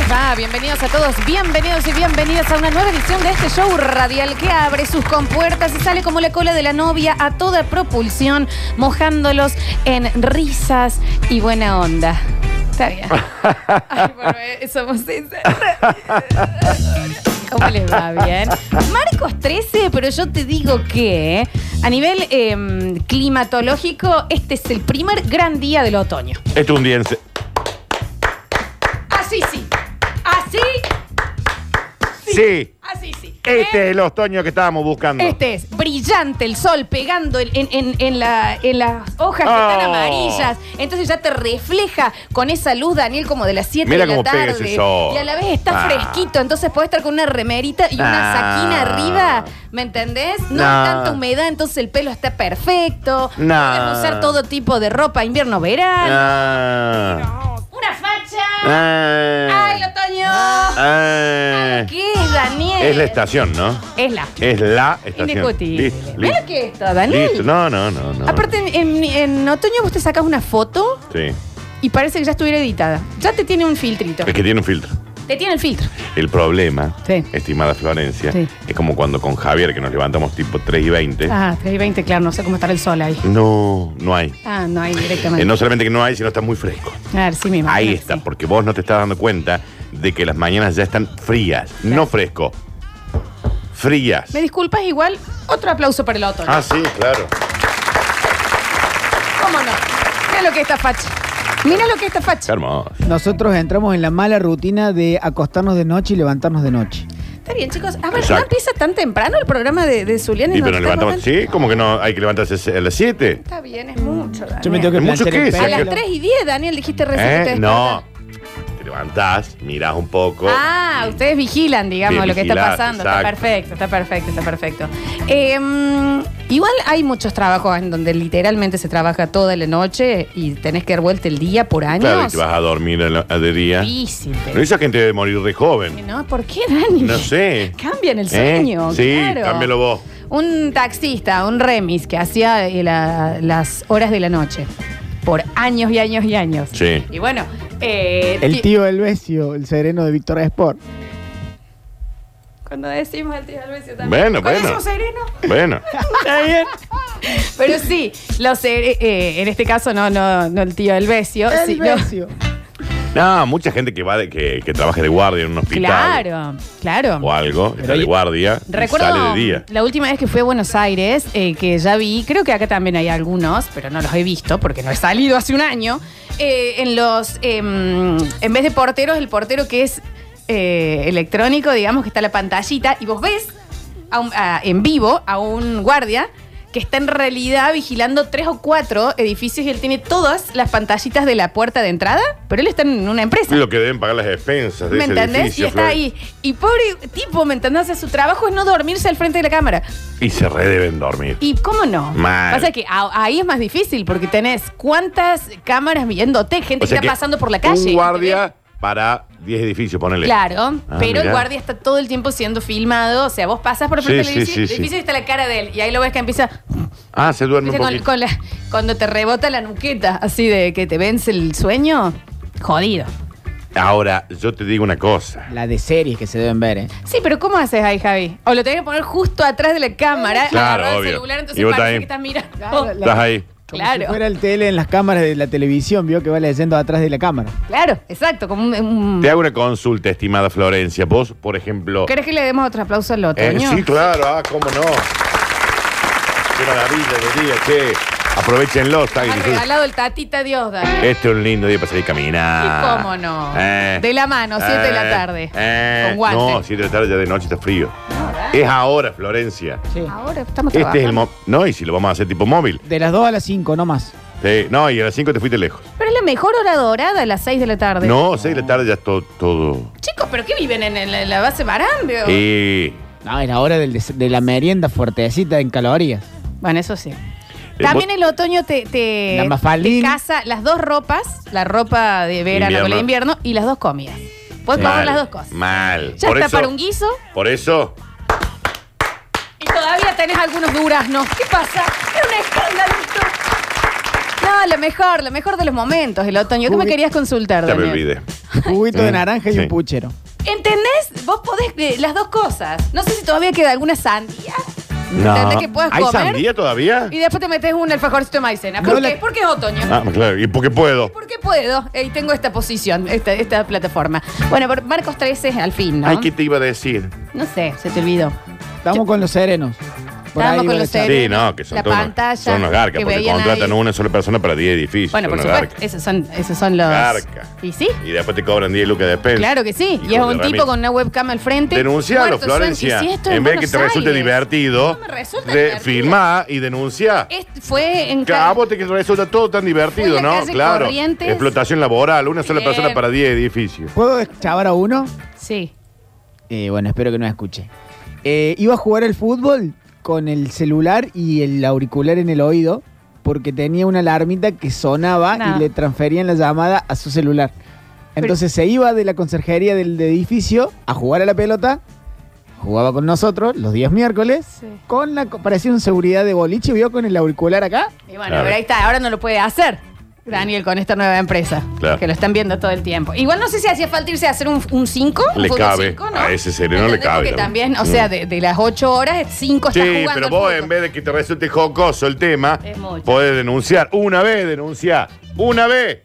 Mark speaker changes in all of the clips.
Speaker 1: está? Bienvenidos a todos, bienvenidos y bienvenidas a una nueva edición de este show radial que abre sus compuertas y sale como la cola de la novia a toda propulsión, mojándolos en risas y buena onda. Está bien. Ay, bueno, eh, somos sinceros. ¿Cómo les va? Bien. Marcos 13, pero yo te digo que eh, a nivel em, climatológico, este es el primer gran día del otoño.
Speaker 2: Esto Este es un día en se-
Speaker 1: Así sí. Así,
Speaker 2: Sí.
Speaker 1: así sí.
Speaker 2: Este
Speaker 1: ¿Eh?
Speaker 2: es el otoño que estábamos buscando.
Speaker 1: Este es brillante el sol pegando el- en, en- en la- en las hojas que están
Speaker 2: Oh.
Speaker 1: amarillas. Entonces ya te refleja con esa luz, Daniel, como de las 7
Speaker 2: Mira
Speaker 1: de la
Speaker 2: cómo
Speaker 1: tarde.
Speaker 2: pega ese sol.
Speaker 1: Y a la vez está
Speaker 2: Ah.
Speaker 1: fresquito, entonces podés estar con una remerita y una
Speaker 2: Ah.
Speaker 1: saquina arriba. ¿Me entendés? No,
Speaker 2: No.
Speaker 1: hay tanta humedad, entonces el pelo está perfecto.
Speaker 2: No.
Speaker 1: Podés usar todo tipo de ropa, invierno, verano.
Speaker 2: Ah.
Speaker 1: ¡Una facha!
Speaker 2: Ah.
Speaker 1: ¡Ay, otoño!
Speaker 2: Ah.
Speaker 1: ¿Qué es, Daniel?
Speaker 2: Es la estación, ¿no?
Speaker 1: Es la.
Speaker 2: Es la estación.
Speaker 1: Indiscutible.
Speaker 2: Listo,
Speaker 1: Mira
Speaker 2: listo.
Speaker 1: lo que es esto, Daniel.
Speaker 2: Listo. No, no, no, no.
Speaker 1: Aparte, en, en- en otoño vos te sacas una foto
Speaker 2: Sí.
Speaker 1: y parece que ya estuviera editada. Ya te tiene un filtrito.
Speaker 2: Es que tiene un filtro.
Speaker 1: Te tiene el filtro.
Speaker 2: El problema,
Speaker 1: Sí.
Speaker 2: estimada Florencia,
Speaker 1: Sí.
Speaker 2: es como cuando con Javier, que nos levantamos tipo 3 y 20.
Speaker 1: Ah, 3 y 20, claro, no sé cómo estará el sol ahí.
Speaker 2: No, no hay.
Speaker 1: Ah, no, ahí
Speaker 2: Eh,
Speaker 1: directamente.
Speaker 2: no solamente que no hay, sino está muy fresco.
Speaker 1: A ver, sí, me imagino.
Speaker 2: Ahí
Speaker 1: que
Speaker 2: está,
Speaker 1: sí.
Speaker 2: porque vos no te estás dando cuenta de que las mañanas ya están frías, no fresco. Frías.
Speaker 1: Me disculpas, igual, otro aplauso para el otoño.
Speaker 2: Ah, sí, claro.
Speaker 1: ¿Cómo no? Mira lo que está facha. Mira lo que está
Speaker 2: Qué
Speaker 1: facha.
Speaker 2: hermoso.
Speaker 3: Nosotros entramos en la mala rutina de acostarnos de noche y levantarnos de noche.
Speaker 1: Está bien, chicos. A ver, ¿no
Speaker 2: Exacto.
Speaker 1: empieza tan temprano el programa de, de Zulian?
Speaker 2: Y
Speaker 1: en
Speaker 2: pero nos
Speaker 1: donde estamos
Speaker 2: levantamos, sí, como que no hay que levantarse a las 7.
Speaker 1: tan- Está bien, es mucho, Daniel.
Speaker 3: Yo me tengo que
Speaker 2: ¿Es mucho
Speaker 3: planchar el
Speaker 2: qué?
Speaker 1: A las
Speaker 3: pelo.
Speaker 2: Saca-
Speaker 1: 3 y 10, Daniel, dijiste recién que te
Speaker 2: ¿Eh? No.
Speaker 1: despertas.
Speaker 2: Te levantás, mirás un poco.
Speaker 1: Ah, ustedes vigilan, digamos,
Speaker 2: Bien,
Speaker 1: lo que está
Speaker 2: vigilar,
Speaker 1: pasando. Está
Speaker 2: exacto.
Speaker 1: perfecto, está perfecto, está perfecto. Eh, igual hay muchos trabajos en donde literalmente se trabaja toda la noche y tenés que dar vuelta el día por
Speaker 2: claro, y
Speaker 1: años.
Speaker 2: te vas a dormir en la de día.
Speaker 1: Difícil. te-
Speaker 2: No esa gente debe morir de joven.
Speaker 1: No, ¿por qué, Dani?
Speaker 2: No sé.
Speaker 1: Cambian el
Speaker 2: ¿Eh?
Speaker 1: sueño.
Speaker 2: Sí,
Speaker 1: claro.
Speaker 2: cámbialo vos.
Speaker 1: Un taxista, un remis que hacía eh, la- las horas de la noche por años y años y años.
Speaker 2: Sí.
Speaker 1: Y bueno, eh,
Speaker 3: El
Speaker 1: ti-
Speaker 3: tío del Besio, el sereno de Víctor Sport.
Speaker 1: Cuando decimos el tío Alvesio también.
Speaker 2: Bueno,
Speaker 1: Con
Speaker 2: bueno.
Speaker 1: eso, sereno.
Speaker 2: Bueno,
Speaker 1: Pero sí, los, eh, eh, en este caso no, no, no el tío Elvesio.
Speaker 3: El
Speaker 1: sí, no.
Speaker 3: Besio.
Speaker 2: no, mucha gente que va de, que, que trabaja de guardia en un hospital
Speaker 1: Claro, claro.
Speaker 2: o algo, está de
Speaker 3: ahí-
Speaker 2: guardia, y sale
Speaker 1: Recuerdo
Speaker 2: de día.
Speaker 1: la última vez que fui a Buenos Aires, eh, que ya vi, creo que acá también hay algunos, pero no los he visto porque no he salido hace un año. eh, en los, eh, en vez de porteros, el portero que es eh, electrónico, digamos que está la pantallita y vos ves a un- a- en vivo a un guardia que está en realidad vigilando tres o cuatro edificios y él tiene todas las pantallitas de la puerta de entrada, pero él está en una empresa.
Speaker 2: Lo que deben pagar las expensas de
Speaker 1: ¿Me
Speaker 2: ese
Speaker 1: entendés?
Speaker 2: edificio,
Speaker 1: y está
Speaker 2: Flor.
Speaker 1: ahí. Y pobre tipo, ¿me entendés? O sea, su trabajo es no dormirse al frente de la cámara.
Speaker 2: Y se re deben dormir.
Speaker 1: ¿Y cómo no?
Speaker 2: Mal.
Speaker 1: Pasa que a- ahí es más difícil porque tenés cuántas cámaras viéndote, gente
Speaker 2: O sea
Speaker 1: que
Speaker 2: que
Speaker 1: está pasando por la calle.
Speaker 2: Un guardia
Speaker 1: ¿entendés?
Speaker 2: para 10 edificios, ponele.
Speaker 1: Claro,
Speaker 2: Ah,
Speaker 1: pero el
Speaker 2: mirá.
Speaker 1: guardia está todo el tiempo siendo filmado. O sea, vos pasas por el frente
Speaker 2: Sí,
Speaker 1: del
Speaker 2: sí,
Speaker 1: edificio,
Speaker 2: sí,
Speaker 1: edificio
Speaker 2: sí.
Speaker 1: y está la cara de él. Y ahí lo ves que empieza,
Speaker 2: Ah, se duerme un
Speaker 1: empieza con,
Speaker 2: poquito.
Speaker 1: con la- cuando te rebota la nuqueta, así de que te vence el sueño. Jodido.
Speaker 2: Ahora, yo te digo una cosa.
Speaker 3: La de series que se deben ver, ¿eh?
Speaker 1: Sí, pero ¿cómo haces ahí, Javi? O lo tenés que poner justo atrás de la cámara,
Speaker 2: Claro,
Speaker 1: agarrar el
Speaker 2: obvio.
Speaker 1: celular, entonces
Speaker 2: Y vos
Speaker 1: parece
Speaker 2: también.
Speaker 1: que estás mirando.
Speaker 3: Claro, la-
Speaker 2: Estás ahí.
Speaker 3: Como
Speaker 1: Claro.
Speaker 3: si fuera el tele en las cámaras de la televisión, vio que va leyendo atrás de la cámara.
Speaker 1: Claro, exacto, como un... un-
Speaker 2: Te hago una consulta, estimada Florencia. Vos, por ejemplo.
Speaker 1: ¿Querés que le demos otro aplauso al
Speaker 2: Eh,
Speaker 1: otoño?
Speaker 2: sí, claro, ah, cómo no. Qué maravilla de día, che. Aprovechenlo, está
Speaker 1: Nos
Speaker 2: ahí.
Speaker 1: Han regalado el tatita Dios, Dani.
Speaker 2: Este es un lindo día para salir a caminar. Eh.
Speaker 1: Y cómo no. De la mano, siete de la tarde. Con Ah. guante.
Speaker 2: guantes. Eh, No, 7 de la tarde ya de noche está frío. Es ahora, Florencia.
Speaker 3: Sí.
Speaker 1: Ahora estamos
Speaker 2: Este es el
Speaker 1: trabajando.
Speaker 2: mo- No, y si lo vamos a hacer tipo móvil.
Speaker 3: De las 2 a las 5, no más.
Speaker 2: Sí, No, y a las 5 te fuiste lejos.
Speaker 1: Pero es la mejor hora dorada a las 6 de la tarde.
Speaker 2: No, 6 de la tarde ya es to- todo.
Speaker 1: Chicos, ¿pero qué viven en, el- en la base Barambio?
Speaker 2: Y
Speaker 3: No, era hora del des- de la merienda fuertecita en calorías.
Speaker 1: Bueno, eso sí. También
Speaker 2: Eh, vos-
Speaker 1: el otoño te, te,
Speaker 3: La mafalín.
Speaker 1: te casa las dos ropas, la ropa de verano con la de invierno y las dos comidas. Puedes comer
Speaker 2: mal,
Speaker 1: las dos cosas.
Speaker 2: Mal.
Speaker 1: Ya está para un guiso
Speaker 2: Por eso,
Speaker 1: y todavía tenés algunos duraznos. ¿Qué pasa? Es un escándalo. esto. No, No, lo mejor, lo mejor de los momentos, el otoño. ¿Qué me
Speaker 3: Ubi-
Speaker 1: querías consultar,
Speaker 2: Ya me
Speaker 1: Daniel?
Speaker 2: olvidé.
Speaker 3: Juguito de
Speaker 2: Mm,
Speaker 3: naranja y
Speaker 2: sí.
Speaker 3: un puchero.
Speaker 1: ¿Entendés? Vos podés eh, las dos cosas. No sé si todavía queda alguna sandía. ¿Entendés que puedas
Speaker 2: ¿Hay
Speaker 1: comer?
Speaker 2: sandía todavía?
Speaker 1: Y después te metes un alfajorcito de maicena. ¿Por
Speaker 3: No
Speaker 1: qué?
Speaker 3: la-
Speaker 1: Porque es otoño.
Speaker 2: Ah, claro, y porque puedo.
Speaker 1: Porque puedo. eh, Y tengo esta posición, esta, esta plataforma. Bueno, por Marcos 13 al fin, ¿no?
Speaker 2: Ay, ¿qué te iba a decir?
Speaker 1: No sé, se te olvidó.
Speaker 3: Estamos con los serenos. Por
Speaker 1: Estábamos
Speaker 3: ahí
Speaker 1: con
Speaker 3: va
Speaker 1: los
Speaker 3: echar.
Speaker 1: serenos.
Speaker 2: Sí, no, que son
Speaker 1: La
Speaker 2: todos unos-
Speaker 1: pantalla,
Speaker 2: Son unos garcas,
Speaker 1: que
Speaker 2: porque
Speaker 1: veían
Speaker 2: contratan
Speaker 1: ahí.
Speaker 2: una sola persona para 10 edificios.
Speaker 1: Bueno,
Speaker 2: son
Speaker 1: por
Speaker 2: unos
Speaker 1: supuesto,
Speaker 2: garcas.
Speaker 1: esos son, esos son los...
Speaker 2: Garca.
Speaker 1: ¿Y sí?
Speaker 2: Y después te cobran 10 lucas de despensa.
Speaker 1: Claro que sí. Y es
Speaker 2: Hijo de
Speaker 1: un
Speaker 2: Ramírez.
Speaker 1: tipo con una webcam al frente.
Speaker 2: Denuncialo,
Speaker 1: Muertos son-
Speaker 2: Florencia.
Speaker 1: ¿Y si esto
Speaker 2: en vez de que
Speaker 1: Buenos
Speaker 2: te resulte
Speaker 1: Aires?
Speaker 2: divertido,
Speaker 1: No me resulta
Speaker 2: de-
Speaker 1: divertido.
Speaker 2: filmá y denuncia.
Speaker 1: Es- fue en...
Speaker 2: Claro, a vos te que resulta todo tan
Speaker 1: Fui
Speaker 2: divertido,
Speaker 1: a
Speaker 2: ¿no?
Speaker 1: calle
Speaker 2: Claro.
Speaker 1: Corrientes.
Speaker 2: Explotación laboral, una sola
Speaker 1: Bien.
Speaker 2: persona para 10 edificios.
Speaker 3: ¿Puedo chavar a uno?
Speaker 1: Sí.
Speaker 3: Eh, bueno, espero que no escuche. Eh, iba a jugar al fútbol con el celular y el auricular en el oído porque tenía una alarmita que sonaba
Speaker 1: No.
Speaker 3: y le transferían la llamada a su celular. Entonces se iba de la conserjería del del edificio a jugar a la pelota, jugaba con nosotros los días miércoles,
Speaker 1: Sí.
Speaker 3: con la co- parecía un seguridad de boliche, vio con el auricular acá.
Speaker 1: Y bueno,
Speaker 2: Claro.
Speaker 1: pero ahí está, ahora no lo puede hacer. Daniel con esta nueva empresa,
Speaker 2: Claro.
Speaker 1: que lo están viendo todo el tiempo. Igual no sé si hacía falta irse a hacer un 5.
Speaker 2: Le cabe, a ese cerebro le cabe
Speaker 1: Que
Speaker 2: también. Mm.
Speaker 1: también, o sea, de, de las 8 horas, 5 está
Speaker 2: Sí,
Speaker 1: jugando.
Speaker 2: pero
Speaker 1: al
Speaker 2: vos
Speaker 1: fútbol.
Speaker 2: en vez de que te resulte jocoso el tema,
Speaker 1: Es mucho.
Speaker 2: podés denunciar. Una vez denunciar. Una vez.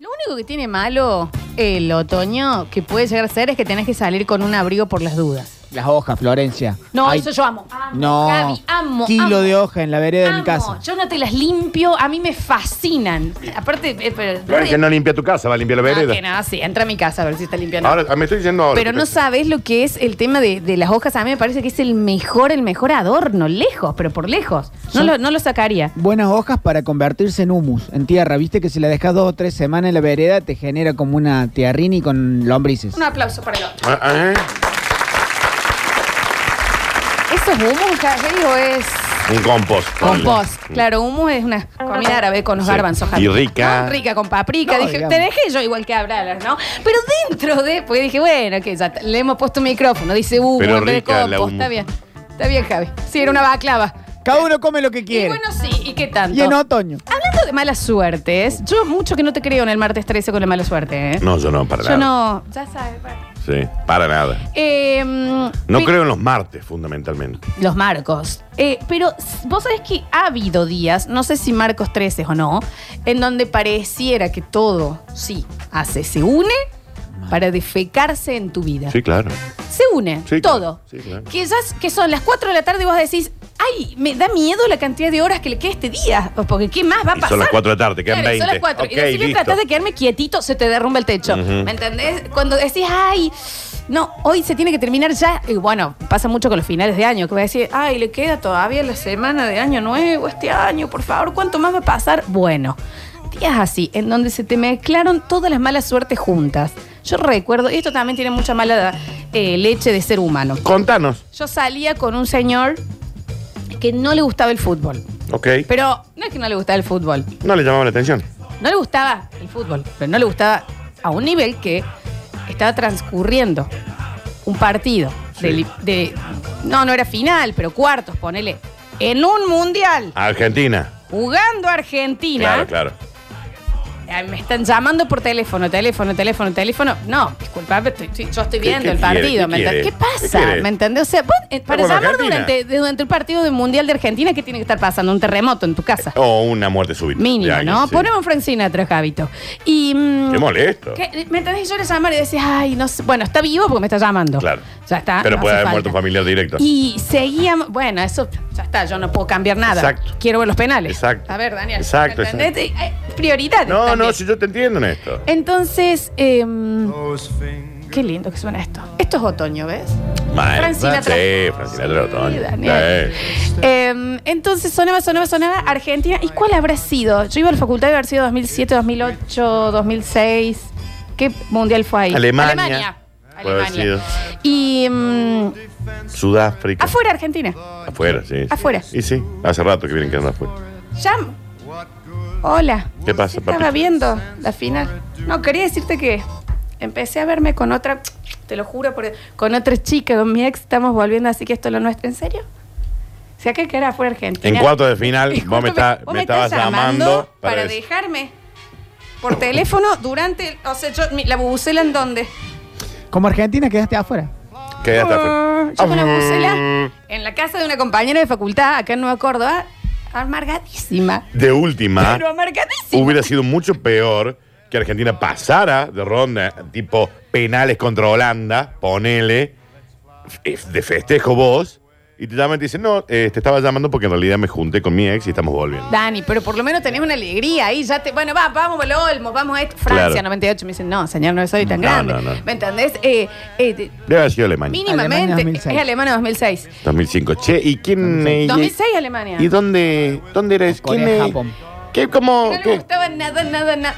Speaker 1: Lo único que tiene malo el otoño que puede llegar a ser es que tenés que salir con un abrigo por las dudas.
Speaker 3: Las hojas, Florencia.
Speaker 1: No,
Speaker 3: Ay,
Speaker 1: eso yo amo. Amo,
Speaker 3: No,
Speaker 1: Gaby, amo.
Speaker 3: kilo
Speaker 1: amo.
Speaker 3: de hoja en la vereda de mi
Speaker 1: Amo.
Speaker 3: casa.
Speaker 1: Yo no te las limpio, a mí me fascinan. Aparte, eh, pero-
Speaker 2: Claro que no limpia tu casa, va a limpiar la
Speaker 1: Ah,
Speaker 2: vereda.
Speaker 1: que no, sí, entra a mi casa a ver si está limpiando.
Speaker 2: Ahora, ah, me estoy diciendo ahora.
Speaker 1: Pero no sabes lo que es el tema de, de las hojas. A mí me parece que es el mejor, el mejor adorno, lejos, pero por lejos. No,
Speaker 3: Son-
Speaker 1: lo, no lo sacaría.
Speaker 3: buenas hojas para convertirse en humus, en tierra. Viste que si la dejas dos o tres semanas en la vereda te genera como una tiarrini con lombrices.
Speaker 1: Un aplauso para el otro.
Speaker 2: Ah, ah,
Speaker 1: ¿Eso es humus, Javi, o es
Speaker 2: Un compost. ponle.
Speaker 1: compost? Claro, humus es una comida árabe con los
Speaker 2: Sí.
Speaker 1: garbanzos.
Speaker 2: Y
Speaker 1: Javi.
Speaker 2: rica.
Speaker 1: No, rica, con paprika.
Speaker 3: No,
Speaker 1: dije,
Speaker 3: digamos.
Speaker 1: te dejé yo igual que hablar, ¿no? Pero dentro de... Pues dije, bueno, que ya t- le hemos puesto un micrófono. Dice humus
Speaker 2: Pero
Speaker 1: en vez de
Speaker 2: rica la
Speaker 1: compost.
Speaker 2: humus.
Speaker 1: Está bien, está bien, Javi. Sí, era una baclava.
Speaker 3: Cada uno come lo que
Speaker 1: Y
Speaker 3: quiere.
Speaker 1: bueno, sí, ¿y qué tanto?
Speaker 3: Y en otoño.
Speaker 1: Hablando de malas suertes, yo mucho que no te creo en el martes 13 con la mala suerte, ¿eh?
Speaker 2: No, yo no, para
Speaker 1: Yo
Speaker 2: nada.
Speaker 1: no. Ya sabes. bueno.
Speaker 2: Sí, para nada.
Speaker 1: Eh,
Speaker 2: No
Speaker 1: pe-
Speaker 2: creo en los martes, fundamentalmente.
Speaker 1: Los marcos. Eh, pero s- vos sabés que ha habido días, no sé si marcos 13 o no, en donde pareciera que todo, sí, hace, se une para defecarse en tu vida.
Speaker 2: Sí, claro.
Speaker 1: Se une,
Speaker 2: Sí, claro.
Speaker 1: todo.
Speaker 2: Sí, claro.
Speaker 1: Que ya s- que son las 4 de la tarde y vos decís, ay, me da miedo la cantidad de horas que le queda este día, porque ¿qué más va a
Speaker 2: Y
Speaker 1: pasar?
Speaker 2: son las 4 de la tarde, quedan
Speaker 1: Claro, y
Speaker 2: 20.
Speaker 1: son las cuatro.
Speaker 2: Ok,
Speaker 1: y si le
Speaker 2: listo.
Speaker 1: tratás de quedarme quietito, se te derrumba el techo.
Speaker 2: Ujú.
Speaker 1: ¿Me entendés? Cuando decís, ay, no, hoy se tiene que terminar ya. Y bueno, pasa mucho con los finales de año, que voy a decir, ay, le queda todavía la semana de año nuevo, este año, por favor, ¿cuánto más va a pasar? Bueno, días así, en donde se te mezclaron todas las malas suertes juntas. Yo recuerdo, y esto también tiene mucha mala eh, leche de ser humano.
Speaker 2: Contanos.
Speaker 1: Yo salía con un señor que no le gustaba el fútbol.
Speaker 2: Ok.
Speaker 1: Pero no es que no le gustaba el fútbol.
Speaker 2: No le llamaba la atención.
Speaker 1: No le gustaba el fútbol, pero no le gustaba a un nivel que estaba transcurriendo un partido de, li- de- no, no era final, pero cuartos, ponele. En un mundial,
Speaker 2: Argentina.
Speaker 1: jugando a Argentina,
Speaker 2: Ah. Claro, claro.
Speaker 1: eh, me están llamando por teléfono, teléfono, teléfono, teléfono. No, disculpame, estoy- estoy- yo estoy
Speaker 2: ¿Qué-
Speaker 1: viendo
Speaker 2: qué
Speaker 1: el
Speaker 2: quiere?
Speaker 1: partido.
Speaker 2: ¿Qué
Speaker 1: ¿me
Speaker 2: quiere?
Speaker 1: entendés? ¿Qué,
Speaker 2: ¿Qué
Speaker 1: pasa?
Speaker 2: quiere?
Speaker 1: ¿Me entendés? O sea, vos, eh, para
Speaker 2: con
Speaker 1: llamar
Speaker 2: Argentina.
Speaker 1: durante, durante el partido de mundial de Argentina, ¿qué tiene que estar pasando? Un terremoto en tu casa.
Speaker 2: O una muerte súbita.
Speaker 1: Mínimo,
Speaker 2: De alguien,
Speaker 1: ¿no?
Speaker 2: Eh, sí.
Speaker 1: Ponemos Frank Sinatra, Javito. Y. mm,
Speaker 2: Qué molesto.
Speaker 1: ¿Qué? ¿Me entendés? Yo le llamaba y decías, ay, no sé. Bueno, está vivo porque me está llamando.
Speaker 2: Claro.
Speaker 1: Ya está.
Speaker 2: Pero
Speaker 1: Ah, no
Speaker 2: puede
Speaker 1: hace
Speaker 2: haber
Speaker 1: falta.
Speaker 2: muerto un familiar directo.
Speaker 1: Y seguíamos. Bueno, eso ya está. Yo no puedo cambiar nada.
Speaker 2: Exacto.
Speaker 1: Quiero ver los penales.
Speaker 2: Exacto.
Speaker 1: A ver, Daniel.
Speaker 2: Exacto,
Speaker 1: ¿me entendés? Eh, Prioridades.
Speaker 2: No,
Speaker 1: también.
Speaker 2: no, si yo te entiendo en esto.
Speaker 1: Entonces, em, qué lindo que suena esto. Esto es otoño, ¿ves?
Speaker 2: Mal.
Speaker 1: Eh, Francina
Speaker 2: Sí, Francina Tra-
Speaker 1: Sí,
Speaker 2: Otoño.
Speaker 1: Daniel.
Speaker 2: Sí.
Speaker 1: Em, entonces sonaba, sonaba, sonaba Argentina. ¿Y cuál habrá sido? Yo iba a la facultad de haber sido 2007, 2008, 2006. ¿Qué mundial fue ahí?
Speaker 2: Alemania.
Speaker 1: Alemania.
Speaker 2: Puede haber
Speaker 1: Alemania.
Speaker 2: sido.
Speaker 1: Y mm,
Speaker 2: Sudáfrica.
Speaker 1: afuera Argentina.
Speaker 2: Afuera, sí. sí.
Speaker 1: Afuera.
Speaker 2: Y sí, hace rato que vienen quedando afuera.
Speaker 1: Ya. Hola.
Speaker 2: ¿Qué pasa,
Speaker 1: Estaba
Speaker 2: papi?
Speaker 1: viendo la final. No, quería decirte que empecé a verme con otra, te lo juro, por- con otra chica, con mi ex, estamos volviendo, así que esto es lo nuestro, ¿en serio? Si acá que era fuera Argentina.
Speaker 2: En cuarto de final, vos me, está-
Speaker 1: Escúchame, vos
Speaker 2: me estabas llamando
Speaker 1: para,
Speaker 2: para decir-
Speaker 1: dejarme por teléfono durante. el- o sea, yo, mi- la bubucela en dónde?
Speaker 3: Como Argentina quedaste afuera.
Speaker 2: Quedaste afuera.
Speaker 1: Mm, Ah, Yo con la bubucela en la casa de una compañera de facultad acá en Nueva Córdoba, amargadísima.
Speaker 2: De última,
Speaker 1: Pero amargadísima.
Speaker 2: hubiera sido mucho peor que Argentina pasara de ronda, tipo penales contra Holanda, ponele, eh, de festejo vos, y te llaman y te dicen, no, eh, te estaba llamando porque en realidad me junté con mi ex y estamos volviendo.
Speaker 1: Dani, pero por lo menos tenés una alegría ahí, ya te, bueno, va, vamos al Olmos, vamos a esto. Francia
Speaker 2: Claro.
Speaker 1: 98 me dicen, no, señor, no soy tan
Speaker 2: No,
Speaker 1: grande.
Speaker 2: no, no.
Speaker 1: ¿Me entendés? Eh, eh, de-
Speaker 2: Debe haber sido Alemania.
Speaker 1: mínimamente,
Speaker 3: Alemania 2006.
Speaker 1: es Alemania 2006.
Speaker 2: 2005. Che, ¿y quién? eh,
Speaker 1: 2006 Alemania.
Speaker 2: ¿Y dónde, dónde eres?
Speaker 3: Corea,
Speaker 2: ¿Quién, eh,
Speaker 3: Japón.
Speaker 2: ¿Qué, cómo,
Speaker 1: No le
Speaker 2: qué?
Speaker 1: gustaba nada, nada, nada.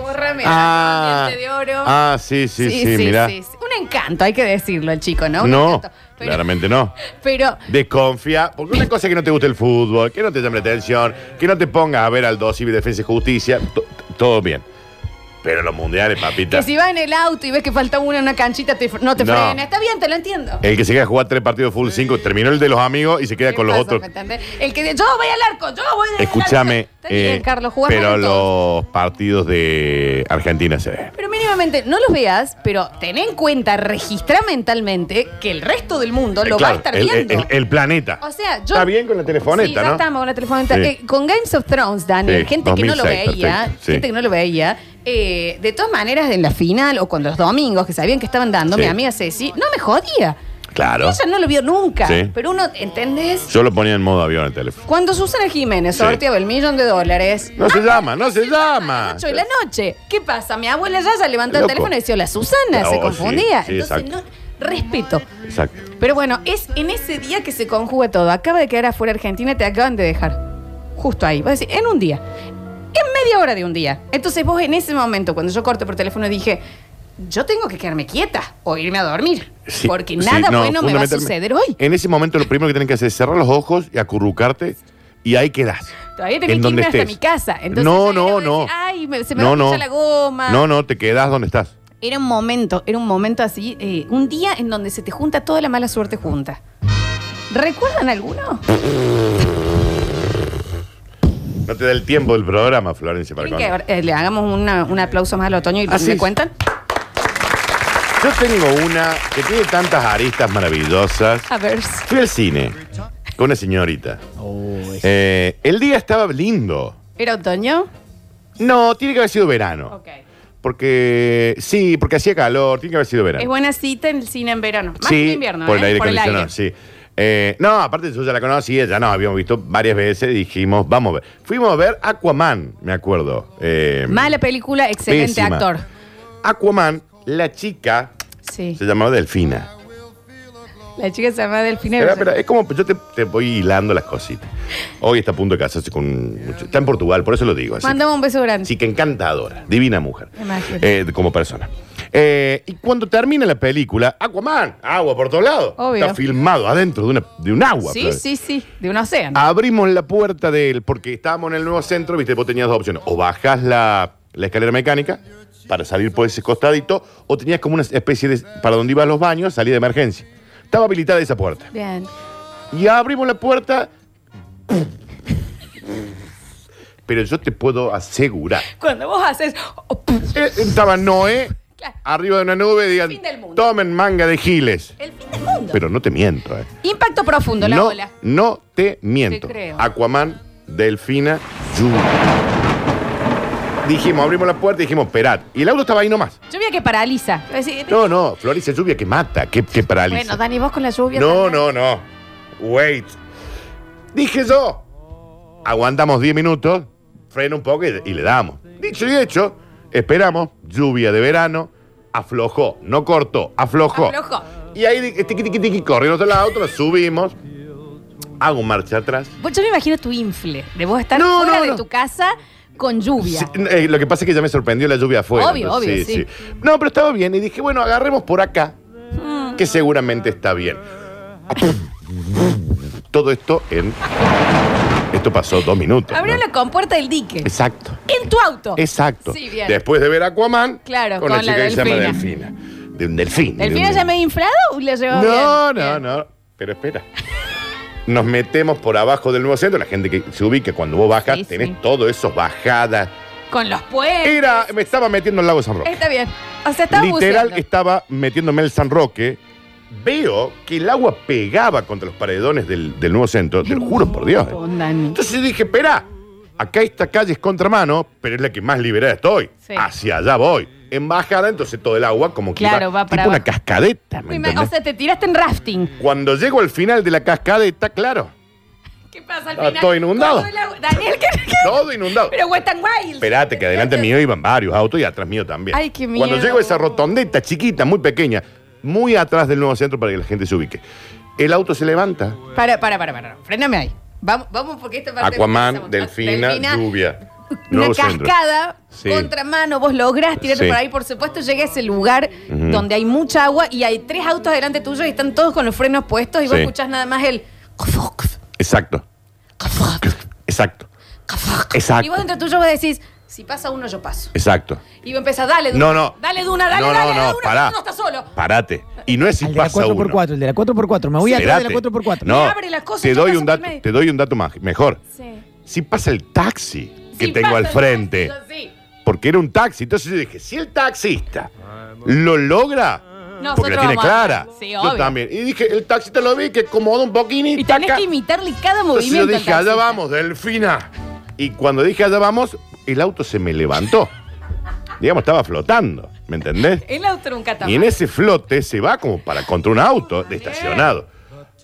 Speaker 1: Bórrame,
Speaker 2: Ah,
Speaker 1: diente de oro.
Speaker 2: ah, sí, sí, sí, mirá.
Speaker 1: sí, sí. Un encanto, hay que decirlo al chico, ¿no? Un
Speaker 2: No,
Speaker 1: encanto. Pero,
Speaker 2: claramente no.
Speaker 1: pero
Speaker 2: Desconfía, porque una cosa es que no te guste el fútbol, que no te llame la atención, que no te pongas a ver al 2 y Defensa y Justicia, to- todo bien. Pero los mundiales, papita.
Speaker 1: que si vas en el auto y ves que falta uno en una canchita, te fr- no te
Speaker 2: No.
Speaker 1: frena. Está bien, te lo entiendo.
Speaker 2: El que se queda a jugar tres partidos de full 5, terminó el de los amigos y se queda
Speaker 1: ¿Qué
Speaker 2: con los
Speaker 1: pasó,
Speaker 2: otros.
Speaker 1: me entendés? El que dice, yo voy al arco, yo voy al arco.
Speaker 2: Escúchame,
Speaker 1: Está bien,
Speaker 2: eh,
Speaker 1: Carlos, jugamos
Speaker 2: pero
Speaker 1: juntos.
Speaker 2: los partidos de Argentina se ven.
Speaker 1: Pero mínimamente, no los veas, pero ten en cuenta, registra mentalmente que el resto del mundo
Speaker 2: Eh,
Speaker 1: lo va a
Speaker 2: claro,
Speaker 1: estar
Speaker 2: el,
Speaker 1: viendo.
Speaker 2: el- el planeta.
Speaker 1: o sea, yo.
Speaker 2: Está bien con la telefoneta,
Speaker 1: Sí, ya
Speaker 2: ¿no?
Speaker 1: estamos con la telefoneta.
Speaker 2: Sí.
Speaker 1: Eh, con Games of Thrones, Daniel,
Speaker 2: Sí,
Speaker 1: gente que no lo
Speaker 2: 2006,
Speaker 1: veía,
Speaker 2: perfecto, sí.
Speaker 1: gente que no lo veía. eh, de todas maneras, en la final o cuando los domingos que sabían que estaban dando,
Speaker 2: Sí.
Speaker 1: mi amiga Ceci, no me jodía.
Speaker 2: Claro.
Speaker 1: Ella no lo vio nunca.
Speaker 2: Sí.
Speaker 1: Pero uno, ¿entendés?
Speaker 2: Yo lo ponía en modo avión el teléfono.
Speaker 1: Cuando Susana Jiménez
Speaker 2: Sí.
Speaker 1: sorteaba el millón de dólares.
Speaker 2: No se llama, no
Speaker 1: A
Speaker 2: se llama.
Speaker 1: las 8 de la noche. ¿Qué pasa? Mi abuela ya, ya levantó el
Speaker 2: Loco.
Speaker 1: teléfono y decía, la Susana,
Speaker 2: Ah,
Speaker 1: se
Speaker 2: oh,
Speaker 1: confundía.
Speaker 2: sí, sí,
Speaker 1: Entonces, no,
Speaker 2: exacto.
Speaker 1: respeto.
Speaker 2: Exacto.
Speaker 1: Pero bueno, es en ese día que se conjuga todo. Acaba de quedar afuera Argentina, te acaban de dejar. Justo ahí. Vos decís, en un día. En media hora de un día. Entonces vos en ese momento, cuando yo corto por teléfono, dije, yo tengo que quedarme quieta o irme a dormir.
Speaker 2: Sí,
Speaker 1: porque
Speaker 2: sí,
Speaker 1: nada bueno
Speaker 2: no,
Speaker 1: me va a
Speaker 2: fundamentalmente-
Speaker 1: suceder hoy.
Speaker 2: En ese momento lo primero que tienen que hacer es cerrar los ojos y acurrucarte y ahí quedás.
Speaker 1: Todavía
Speaker 2: en
Speaker 1: tengo que irme
Speaker 2: donde
Speaker 1: hasta
Speaker 2: estés.
Speaker 1: mi casa. Entonces,
Speaker 2: No,
Speaker 1: ahí
Speaker 2: no,
Speaker 1: voy a
Speaker 2: no.
Speaker 1: decir, Ay, me- se me
Speaker 2: No,
Speaker 1: va a
Speaker 2: no.
Speaker 1: pinchar la goma.
Speaker 2: No, no, te quedás donde estás.
Speaker 1: Era un momento, era un momento así, eh, un día en donde se te junta toda la mala suerte junta. ¿Recuerdan alguno?
Speaker 2: No te da el tiempo del programa, Florencia
Speaker 1: ¿Quieren
Speaker 2: Marcón.
Speaker 1: que eh, le hagamos una- un aplauso más al otoño y
Speaker 2: Ah, sí.
Speaker 1: me cuentan?
Speaker 2: Yo tengo una que tiene tantas aristas maravillosas.
Speaker 1: A ver.
Speaker 2: Fui al cine con una señorita. Eh, el día estaba lindo.
Speaker 1: ¿Era otoño?
Speaker 2: No, tiene que haber sido verano.
Speaker 1: Ok.
Speaker 2: Porque sí, porque hacía calor, tiene que haber sido verano.
Speaker 1: Es buena cita en el cine en verano. Más que en invierno,
Speaker 2: por
Speaker 1: ¿eh?
Speaker 2: el aire acondicionado, sí. Eh, no, aparte yo ya la conocía, ya nos habíamos visto varias veces, dijimos, vamos a ver. Fuimos a ver Aquaman, me acuerdo. Eh,
Speaker 1: Mala película, excelente
Speaker 2: Pésima.
Speaker 1: actor.
Speaker 2: Aquaman, la chica,
Speaker 1: Sí.
Speaker 2: se llamaba Delfina.
Speaker 1: La chica se llama Delfina.
Speaker 2: Espera, espera, es como, yo te, te voy hilando las cositas. Hoy está a punto de casarse con... un- Está en Portugal, por eso lo digo. así.
Speaker 1: Mandamos un beso grande.
Speaker 2: Así que encantadora, divina mujer.
Speaker 1: Me imagino.
Speaker 2: Eh, como persona. Eh, y cuando termina la película, Aquaman, agua por todos lados.
Speaker 1: Obvio.
Speaker 2: Está filmado adentro de, una- de un agua.
Speaker 1: Sí,
Speaker 2: Flor.
Speaker 1: sí, sí. De un océano.
Speaker 2: Abrimos la puerta de él, porque estábamos en el nuevo centro, viste, vos tenías dos opciones. O bajás la, la escalera mecánica para salir por ese costadito, o tenías como una especie de. para donde ibas los baños, salida de emergencia. Estaba habilitada esa puerta.
Speaker 1: Bien.
Speaker 2: Y abrimos la puerta. Pero yo te puedo asegurar.
Speaker 1: Cuando vos haces. oh, puf,
Speaker 2: Eh, Estaba Noé
Speaker 1: Claro.
Speaker 2: arriba de una nube, digan,
Speaker 1: Fin del mundo.
Speaker 2: tomen manga de giles.
Speaker 1: el fin del mundo.
Speaker 2: Pero no te miento, eh.
Speaker 1: Impacto profundo, la
Speaker 2: no,
Speaker 1: bola.
Speaker 2: no te miento.
Speaker 1: Te creo.
Speaker 2: Aquaman, Delfina, Lluvia. Dijimos, abrimos la puerta y dijimos, esperad. Y el auto estaba ahí nomás.
Speaker 1: Lluvia que paraliza. Yo decía,
Speaker 2: No, no, Florencia Lluvia que mata, que, que paraliza.
Speaker 1: Bueno, Dani, vos con la lluvia.
Speaker 2: no,
Speaker 1: también.
Speaker 2: no, no. Wait. Dije yo. Aguantamos 10 minutos, freno un poco y, y le damos. Dicho y hecho, esperamos, lluvia de verano, aflojó, no cortó, aflojó.
Speaker 1: Aflojó.
Speaker 2: Y ahí di- tiqui, tiqui, tiqui, corrimos al auto, nos subimos, hago marcha atrás.
Speaker 1: Vos- Yo me imagino tu infle de vos estar
Speaker 2: No,
Speaker 1: fuera
Speaker 2: no,
Speaker 1: de
Speaker 2: no.
Speaker 1: tu casa con lluvia.
Speaker 2: Sí, eh, lo que pasa es que ya me sorprendió la lluvia afuera.
Speaker 1: Obvio, obvio, sí.
Speaker 2: No, pero estaba bien y dije, bueno, agarremos por acá,
Speaker 1: Mm.
Speaker 2: que seguramente está bien. Todo esto en... Esto pasó dos minutos.
Speaker 1: Abrió
Speaker 2: ¿no?
Speaker 1: la compuerta del dique.
Speaker 2: Exacto,
Speaker 1: En tu auto.
Speaker 2: exacto.
Speaker 1: Sí, bien.
Speaker 2: Después de ver Aquaman,
Speaker 1: Claro,
Speaker 2: con, la
Speaker 1: con la
Speaker 2: chica que se llama Delfina. De un delfín.
Speaker 1: ¿El
Speaker 2: de un-
Speaker 1: final ya me he inflado o le llevó
Speaker 2: No,
Speaker 1: bien?
Speaker 2: no,
Speaker 1: Bien.
Speaker 2: no. Pero espera. Nos metemos por abajo del nuevo centro. La gente que se ubica cuando vos bajas,
Speaker 1: Sí,
Speaker 2: tenés
Speaker 1: sí.
Speaker 2: todo eso bajadas.
Speaker 1: Con los puentes.
Speaker 2: Era, me estaba metiendo al lago San Roque.
Speaker 1: Está bien. O sea, estaba
Speaker 2: Literal
Speaker 1: buceando.
Speaker 2: estaba metiéndome el San Roque. Veo que el agua pegaba contra los paredones del, del nuevo centro. Te lo juro por Dios. eh.
Speaker 1: Pondan.
Speaker 2: Entonces dije, espera, acá esta calle es contramano, pero es la que más liberada estoy.
Speaker 1: Sí.
Speaker 2: Hacia allá voy. En bajada, entonces todo el agua como que
Speaker 1: Claro,
Speaker 2: iba
Speaker 1: va para
Speaker 2: tipo una
Speaker 1: abajo.
Speaker 2: cascadeta. ¿me
Speaker 1: Ima- O
Speaker 2: entendés?
Speaker 1: sea, te tiraste en rafting.
Speaker 2: Cuando llego al final de la cascadeta, claro,
Speaker 1: ¿Qué pasa al
Speaker 2: Ah,
Speaker 1: final?
Speaker 2: todo inundado.
Speaker 1: Todo el agua- Daniel, ¿qué? qué?
Speaker 2: todo inundado.
Speaker 1: Pero Wet n Wild.
Speaker 2: Espérate, que adelante mío iban varios autos y atrás mío también.
Speaker 1: Ay, qué
Speaker 2: Cuando
Speaker 1: miedo.
Speaker 2: llego a esa rotondeta chiquita, muy pequeña, muy atrás del nuevo centro para que la gente se ubique, el auto se levanta.
Speaker 1: Para, para, para, para. Frename ahí. Vamos, vamos porque esta parte.
Speaker 2: Aquaman,
Speaker 1: empezamos.
Speaker 2: delfina, lluvia.
Speaker 1: Una
Speaker 2: nuevo centro.
Speaker 1: cascada,
Speaker 2: Sí.
Speaker 1: contramano, vos lográs tirarte
Speaker 2: Sí.
Speaker 1: por ahí. Por supuesto, llega a ese lugar donde hay mucha agua y hay tres autos delante tuyo y están todos con los frenos puestos y vos
Speaker 2: Sí.
Speaker 1: escuchás nada más el.
Speaker 2: Exacto, exacto,
Speaker 1: Y vos
Speaker 2: exacto,
Speaker 1: entre tuyo vos decís, si pasa uno, yo paso.
Speaker 2: exacto.
Speaker 1: Y vos empezás, dale, Duna.
Speaker 2: No, no.
Speaker 1: Dale, Duna, dale,
Speaker 2: no,
Speaker 1: dale,
Speaker 2: no,
Speaker 1: dale,
Speaker 2: no,
Speaker 1: Duna,
Speaker 2: pará.
Speaker 1: uno está solo.
Speaker 2: Parate. Y no es si
Speaker 3: El de la
Speaker 2: pasa uno.
Speaker 3: 4x4, el de la 4x4. Me voy a atrás de la
Speaker 2: Esperate.
Speaker 3: 4x4.
Speaker 2: No,
Speaker 1: Me abre la cosa y
Speaker 2: te
Speaker 1: yo
Speaker 2: doy
Speaker 1: paso
Speaker 2: un
Speaker 1: por
Speaker 2: dato,
Speaker 1: medio.
Speaker 2: te doy un dato más, mejor.
Speaker 1: Sí.
Speaker 2: Si pasa el taxi que
Speaker 1: Sí,
Speaker 2: tengo
Speaker 1: pasa,
Speaker 2: al
Speaker 1: yo-
Speaker 2: frente,
Speaker 1: yo- sí.
Speaker 2: porque era un taxi, entonces yo dije, si el taxista lo logra,
Speaker 1: Nosotros
Speaker 2: porque la tiene
Speaker 1: vamos a-
Speaker 2: clara,
Speaker 1: Sí,
Speaker 2: yo
Speaker 1: obvio.
Speaker 2: también. Y dije, el taxista lo vi que acomoda un poquini.
Speaker 1: Y tenés
Speaker 2: taca.
Speaker 1: que imitarle cada
Speaker 2: Entonces yo
Speaker 1: movimiento.
Speaker 2: dije,
Speaker 1: al
Speaker 2: allá
Speaker 1: taxista.
Speaker 2: vamos, Delfina. Y cuando dije, allá vamos, el auto se me levantó. Digamos, estaba flotando, ¿me entendés?
Speaker 1: El auto era un catamarán.
Speaker 2: Y en ese flote se va como para contra un auto de estacionado.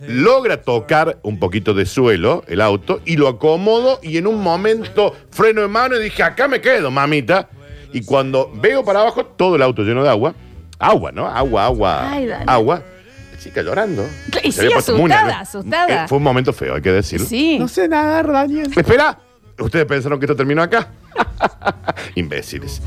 Speaker 2: Logra tocar un poquito de suelo el auto y lo acomodo y en un momento freno en mano y dije, acá me quedo, mamita. Y cuando veo para abajo, todo el auto lleno de agua. Agua, ¿no? Agua, agua.
Speaker 1: Ay, Dani.
Speaker 2: agua. La chica llorando.
Speaker 1: Y
Speaker 2: Se había
Speaker 1: sí,
Speaker 2: puesto muy
Speaker 1: asustada,
Speaker 2: nerviosa.
Speaker 1: asustada.
Speaker 2: Eh, Fue un momento feo, hay que decirlo.
Speaker 1: Sí.
Speaker 3: No sé nadar, Daniel.
Speaker 2: Espera, ustedes pensaron que esto terminó acá. Imbéciles.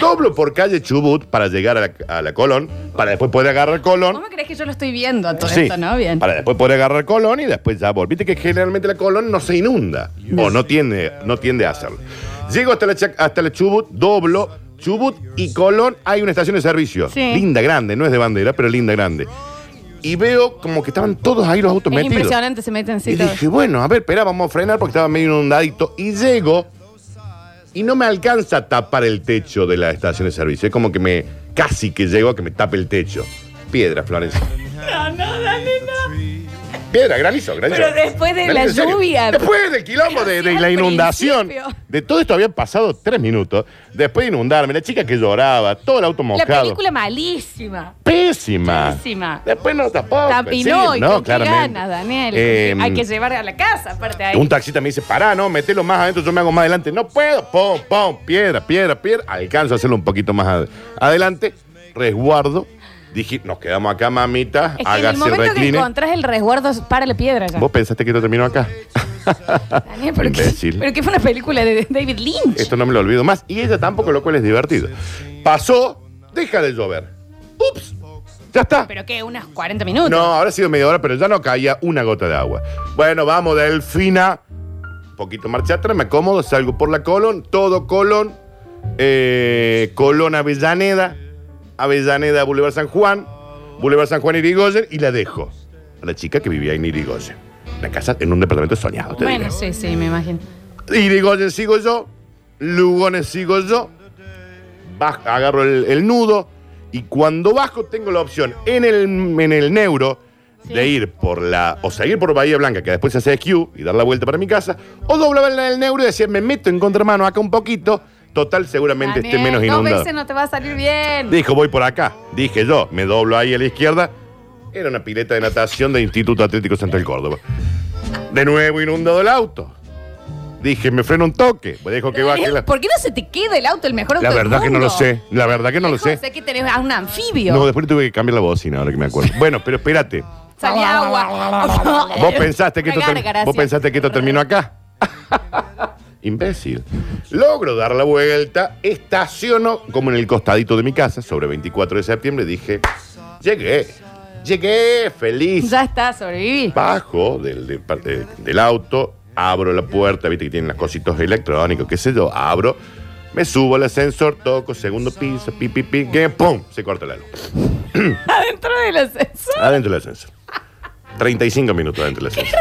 Speaker 2: Doblo por calle Chubut para llegar a la, a la Colón, para después poder agarrar Colón.
Speaker 1: ¿Cómo crees que yo lo estoy viendo a todo
Speaker 2: Sí,
Speaker 1: esto, no? Bien.
Speaker 2: Para después poder agarrar Colón y después ya volviste que generalmente la Colón no se inunda o no tiende, no tiende a hacerlo. Llego hasta la, Chac- hasta la Chubut, doblo. Chubut y Colón hay una estación de servicio.
Speaker 1: Sí.
Speaker 2: Linda, grande, no es de bandera, pero linda, grande. Y veo como que estaban todos ahí los autos
Speaker 1: es
Speaker 2: metidos.
Speaker 1: impresionante, se meten
Speaker 2: Y
Speaker 1: sí todos.
Speaker 2: dije, bueno, a ver, espera, vamos a frenar porque estaba medio inundadito. Y llego y no me alcanza a tapar el techo de la estación de servicio. Es como que me, casi que llego a que me tape el techo. Piedra, Florencia.
Speaker 1: No, no, Dani, no.
Speaker 2: Piedra, granizo, granizo.
Speaker 1: Pero después de la
Speaker 2: en serio.
Speaker 1: lluvia.
Speaker 2: Después del quilombo, de,
Speaker 1: Pero
Speaker 2: de
Speaker 1: sí,
Speaker 2: la
Speaker 1: al
Speaker 2: inundación.
Speaker 1: principio.
Speaker 2: De todo esto habían pasado tres minutos. Después de inundarme, la chica que lloraba, todo el auto
Speaker 1: La
Speaker 2: mojado.
Speaker 1: película malísima.
Speaker 2: Pésima.
Speaker 1: Pésima.
Speaker 2: Después no tapó.
Speaker 1: Tapinó
Speaker 2: sí,
Speaker 1: y
Speaker 2: no,
Speaker 1: con qué
Speaker 2: claramente.
Speaker 1: ganas, Daniel.
Speaker 2: Eh,
Speaker 1: Hay que llevar a la casa, aparte ahí.
Speaker 2: Un taxista me dice, pará, no, metelo más adentro, yo me hago más adelante. No puedo, pum, pum, piedra, piedra, piedra. Alcanzo a hacerlo un poquito más ad- adelante. Resguardo. Dije, nos quedamos acá,
Speaker 1: es
Speaker 2: mamita.
Speaker 1: que en el
Speaker 2: hágase el
Speaker 1: momento que
Speaker 2: recline.
Speaker 1: encontrás el resguardo, para la piedra ya.
Speaker 2: Vos pensaste que esto terminó acá.
Speaker 1: Daniel, pero que,
Speaker 2: imbécil.
Speaker 1: pero que fue una película de David Lynch.
Speaker 2: Esto no me lo olvido más. Y ella tampoco, lo cual es divertido. Pasó, deja de llover. Ups, ya está.
Speaker 1: Pero que unas 40 minutos.
Speaker 2: No, ahora ha sido media hora, pero ya no caía una gota de agua. Bueno, vamos, Delfina. Un poquito marcha atrás, me acomodo, salgo por la Colón, todo Colón, eh, Colón Avellaneda, Avellaneda Boulevard San Juan, Boulevard San Juan Irigoyen, y la dejo a la chica que vivía en Irigoyen. La casa en un departamento soñado, te
Speaker 1: bueno,
Speaker 2: diré.
Speaker 1: sí, sí, me imagino.
Speaker 2: Irigoyen sigo yo, Lugones sigo yo, baj- agarro el, el nudo y cuando bajo tengo la opción en el, en el neuro de ir por la, o seguir por Bahía Blanca, que después se hace SQ y dar la vuelta para mi casa, o doblaba en el neuro y decía, me meto en contramano acá un poquito, total seguramente esté
Speaker 1: Daniel,
Speaker 2: menos
Speaker 1: Dos
Speaker 2: inundado.
Speaker 1: veces no te va a salir bien.
Speaker 2: Dijo, voy por acá. Dije yo, me doblo ahí a la izquierda. Era una pileta de natación del Instituto Atlético Central Córdoba. De nuevo inundado el auto. Dije, me freno un toque. Dejo que baje la...
Speaker 1: ¿Por qué no se te queda el auto, el mejor auto
Speaker 2: La
Speaker 1: del
Speaker 2: verdad que no lo
Speaker 1: mundo?
Speaker 2: sé. La verdad que no lo
Speaker 1: Mejor,
Speaker 2: sé.
Speaker 1: Sé que tenés a un anfibio.
Speaker 2: No, después tuve que cambiar la bocina, ahora que me acuerdo. Bueno, pero espérate.
Speaker 1: Sale agua.
Speaker 2: ¿Vos pensaste que, esto
Speaker 1: Una
Speaker 2: ter-
Speaker 1: gárgara,
Speaker 2: ¿vos
Speaker 1: sí.
Speaker 2: pensaste que esto terminó acá? Imbécil. Logro dar la vuelta, estaciono como en el costadito de mi casa, sobre 24 de septiembre, dije, llegué, llegué, feliz.
Speaker 1: Ya está, sobreviví.
Speaker 2: Bajo del, de- de- del auto, abro la puerta, viste que tienen las cositos electrónicos, qué sé yo, abro, me subo al ascensor, toco, segundo piso, pi, pi, pi, que pum, se corta la luz.
Speaker 1: Adentro del ascensor.
Speaker 2: Adentro del ascensor. 35 minutos adentro del ascensor.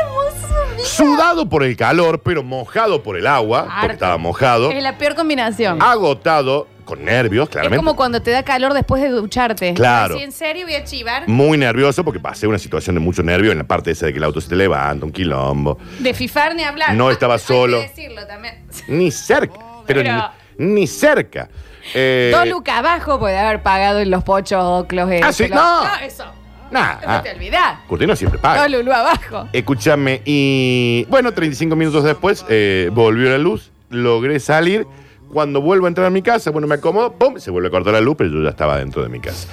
Speaker 2: Sudado por el calor, pero mojado por el agua,
Speaker 1: Harto.
Speaker 2: porque estaba mojado.
Speaker 1: Es la peor combinación.
Speaker 2: Agotado, con nervios,
Speaker 1: es
Speaker 2: Ah, claramente.
Speaker 1: como cuando te da calor después de ducharte.
Speaker 2: Claro.
Speaker 1: Ay, sí, en serio voy a chivar.
Speaker 2: Muy nervioso porque pasé una situación de mucho nervio en la parte esa de que el auto se te levanta, un quilombo.
Speaker 1: De fifar ni hablar.
Speaker 2: Mm. No estaba
Speaker 1: Hay que
Speaker 2: solo.
Speaker 1: decirlo también.
Speaker 2: Ni cerca, pero,
Speaker 1: Pero-
Speaker 2: Ni, ni cerca. Eh,
Speaker 1: Dos lucas abajo puede haber pagado en los pochos oclos. eh,
Speaker 2: Ah, sí,
Speaker 1: los-
Speaker 2: no.
Speaker 1: eso.
Speaker 2: nah,
Speaker 1: No
Speaker 2: ah, Eh,
Speaker 1: te olvidás.
Speaker 2: Curtino siempre
Speaker 1: Dos
Speaker 2: paga.
Speaker 1: lulú abajo.
Speaker 2: Escúchame, y bueno, 35 minutos después eh, volvió la luz, logré salir. Cuando vuelvo a entrar a mi casa, bueno, me acomodo, ¡pum! Se vuelve a cortar la luz, pero yo ya estaba dentro de mi casa.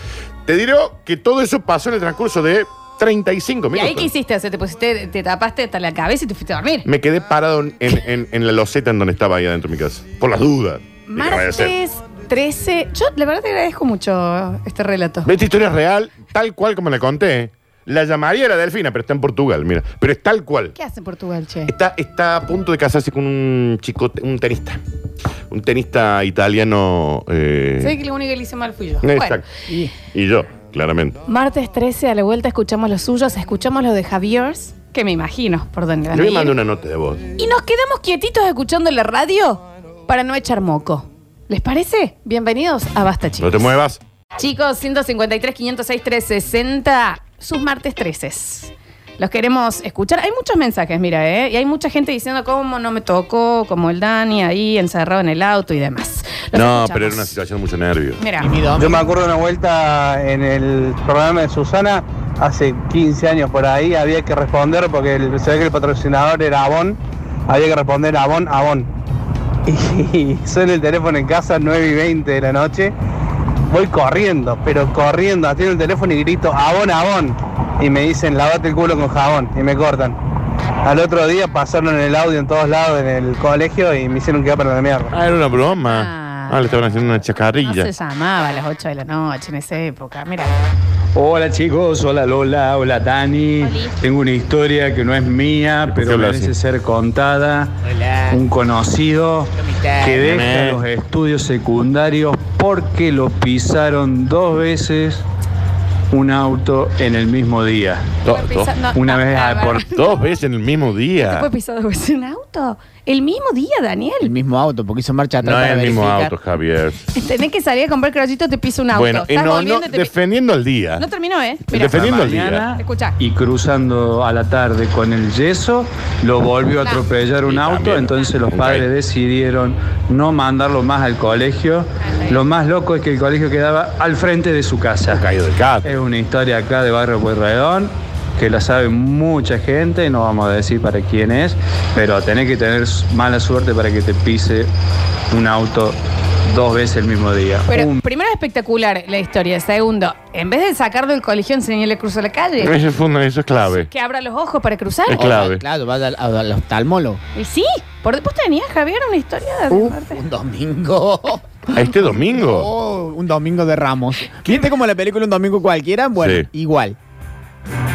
Speaker 2: Te diré que todo eso pasó en el transcurso de 35
Speaker 1: ¿Y
Speaker 2: minutos.
Speaker 1: ahí qué hiciste? O sea, te, pusiste, te tapaste hasta la cabeza y te fuiste a dormir.
Speaker 2: Me quedé parado en, en- en- en la loseta en donde estaba ahí adentro de mi casa. Por las dudas. Dije, no vaya a ser.
Speaker 1: Martes 13. Yo, la verdad, te agradezco mucho este relato.
Speaker 2: Esta historia es real, tal cual como la conté. La llamaría la Delfina, pero está en Portugal, mira. Pero es tal cual.
Speaker 1: ¿Qué hace en Portugal, che?
Speaker 2: Está, está a punto de casarse con un chico, un tenista. Un tenista italiano. eh,
Speaker 1: Sé que lo único que le hice mal fui yo. Bueno,
Speaker 2: exacto. Y yo, claramente.
Speaker 1: martes 13, a la vuelta escuchamos los suyos, escuchamos los de Javier's, que me imagino, por dónde van
Speaker 2: Yo
Speaker 1: a
Speaker 2: me
Speaker 1: ir.
Speaker 2: mando una nota de voz.
Speaker 1: Y nos quedamos quietitos escuchando la radio para no echar moco. ¿Les parece? Bienvenidos a Basta,
Speaker 2: No
Speaker 1: chicos.
Speaker 2: te muevas.
Speaker 1: Chicos, 153, 506, 360, sus martes 13. Los queremos escuchar. Hay muchos mensajes, mira, ¿eh? Y hay mucha gente diciendo cómo no me tocó, como el Dani ahí encerrado en el auto y demás. Los
Speaker 2: No,
Speaker 1: escuchamos.
Speaker 2: pero era una situación de mucho nervio.
Speaker 1: Mira,
Speaker 3: Y mi
Speaker 4: Yo
Speaker 3: domingo.
Speaker 4: me acuerdo una vuelta en el programa de Susana, hace 15 años por ahí, había que responder porque el, se ve que el patrocinador era Avon, había que responder Avon, Avon. Y, suena el teléfono en casa 9 y 20 de la noche, voy corriendo, pero corriendo, atiendo el teléfono y grito Avon, Avon. Y me dicen, lavate el culo con jabón, y me cortan. Al otro día pasaron el audio en todos lados en el colegio y me hicieron quedar para la mierda.
Speaker 2: Ah, era una broma.
Speaker 1: Ah.
Speaker 2: Ah, le estaban haciendo una
Speaker 1: no
Speaker 2: chacarrilla.
Speaker 1: se llamaba a las 8 de la noche en esa época. Mira,
Speaker 5: Hola chicos, hola Lola, hola Dani.
Speaker 1: Oli.
Speaker 5: Tengo una historia que no es mía,
Speaker 2: qué
Speaker 5: pero
Speaker 2: hablas
Speaker 5: merece
Speaker 2: así?
Speaker 5: ser contada.
Speaker 3: Hola.
Speaker 5: Un conocido que
Speaker 2: Nene.
Speaker 5: deja los estudios secundarios porque lo pisaron dos veces un auto en el mismo día.
Speaker 2: Do-
Speaker 1: Fue
Speaker 2: do-
Speaker 1: pisa- no, ah,
Speaker 5: Una
Speaker 1: no,
Speaker 5: vez
Speaker 1: a
Speaker 5: al
Speaker 1: ver.
Speaker 5: por-
Speaker 2: dos veces en el mismo día.
Speaker 1: ¿Fue pisado dos veces en auto? El mismo día,
Speaker 3: El
Speaker 1: Daniel.
Speaker 3: mismo auto, porque hizo marcha atrás.
Speaker 2: No es
Speaker 3: para
Speaker 2: el mismo
Speaker 3: verificar.
Speaker 2: auto, Javier.
Speaker 1: Tenés que salir a comprar crocito, te piso un auto.
Speaker 2: Bueno, eh,
Speaker 1: Estás
Speaker 2: no, no,
Speaker 1: volviendo y te pi-
Speaker 2: defendiendo al día.
Speaker 1: No terminó, ¿eh? Mira.
Speaker 2: Defen- Dependiendo
Speaker 5: A la
Speaker 2: del día.
Speaker 5: mañana
Speaker 1: Escuchá.
Speaker 5: Y cruzando a la tarde con el yeso, lo volvió a
Speaker 1: Nah.
Speaker 5: atropellar
Speaker 2: Y
Speaker 5: un auto,
Speaker 2: también,
Speaker 5: entonces los
Speaker 2: ok.
Speaker 5: padres decidieron no mandarlo más al colegio. Lo más loco es que el colegio quedaba al frente de su casa.
Speaker 2: Caído del gato.
Speaker 5: Es una historia acá de Barrio Pueyrredón que la sabe mucha gente, no vamos a decir para quién es, pero tenés que tener mala suerte para que te pise un auto dos veces el mismo día.
Speaker 1: Pero
Speaker 5: Un
Speaker 1: primero espectacular la historia. Segundo, en vez de sacarlo del colegio, enseñarle a cruzar la calle.
Speaker 2: Eso es, funda- eso es clave.
Speaker 1: Que abra los ojos para cruzar.
Speaker 2: Es clave.
Speaker 3: Oh, Claro, vas al, al oftalmólogo.
Speaker 1: Y sí, por después tenías, Javier, una historia de parte.
Speaker 3: Un domingo.
Speaker 2: Este domingo.
Speaker 3: Oh, un domingo de Ramos. ¿Viste como la película Un Domingo Cualquiera? Bueno,
Speaker 2: Sí.
Speaker 3: igual.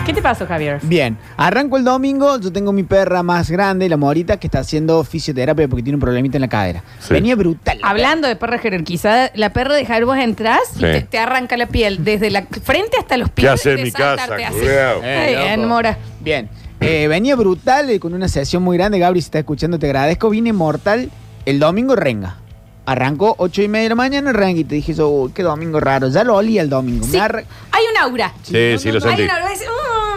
Speaker 1: ¿Qué te pasó, Javier?
Speaker 3: Bien, arranco el domingo, yo tengo mi perra más grande, la morita, que está haciendo fisioterapia porque tiene un problemita en la cadera.
Speaker 2: Sí.
Speaker 3: Venía brutal.
Speaker 1: Hablando de perra jerarquizada, la perra de Javier vos entras y
Speaker 2: Sí.
Speaker 1: te, te arranca la piel desde la frente hasta los pies.
Speaker 2: ¿Qué hace
Speaker 1: de
Speaker 2: en mi casa?
Speaker 1: saltarte así.
Speaker 2: culiao?
Speaker 1: Ay,
Speaker 3: loco.
Speaker 1: en mora.
Speaker 3: Bien, eh, venía brutal eh, con una sesión muy grande. Gabri, si está escuchando, te agradezco. Vine mortal el domingo renga. Arrancó 8 y media de la mañana renga y te dije, yo, "Uy, qué domingo raro. Ya lo olía el domingo. Me
Speaker 1: Sí,
Speaker 3: arra-
Speaker 1: hay un aura.
Speaker 2: Sí, sí, lo
Speaker 1: Hay
Speaker 2: sentí.
Speaker 1: un aura. Es,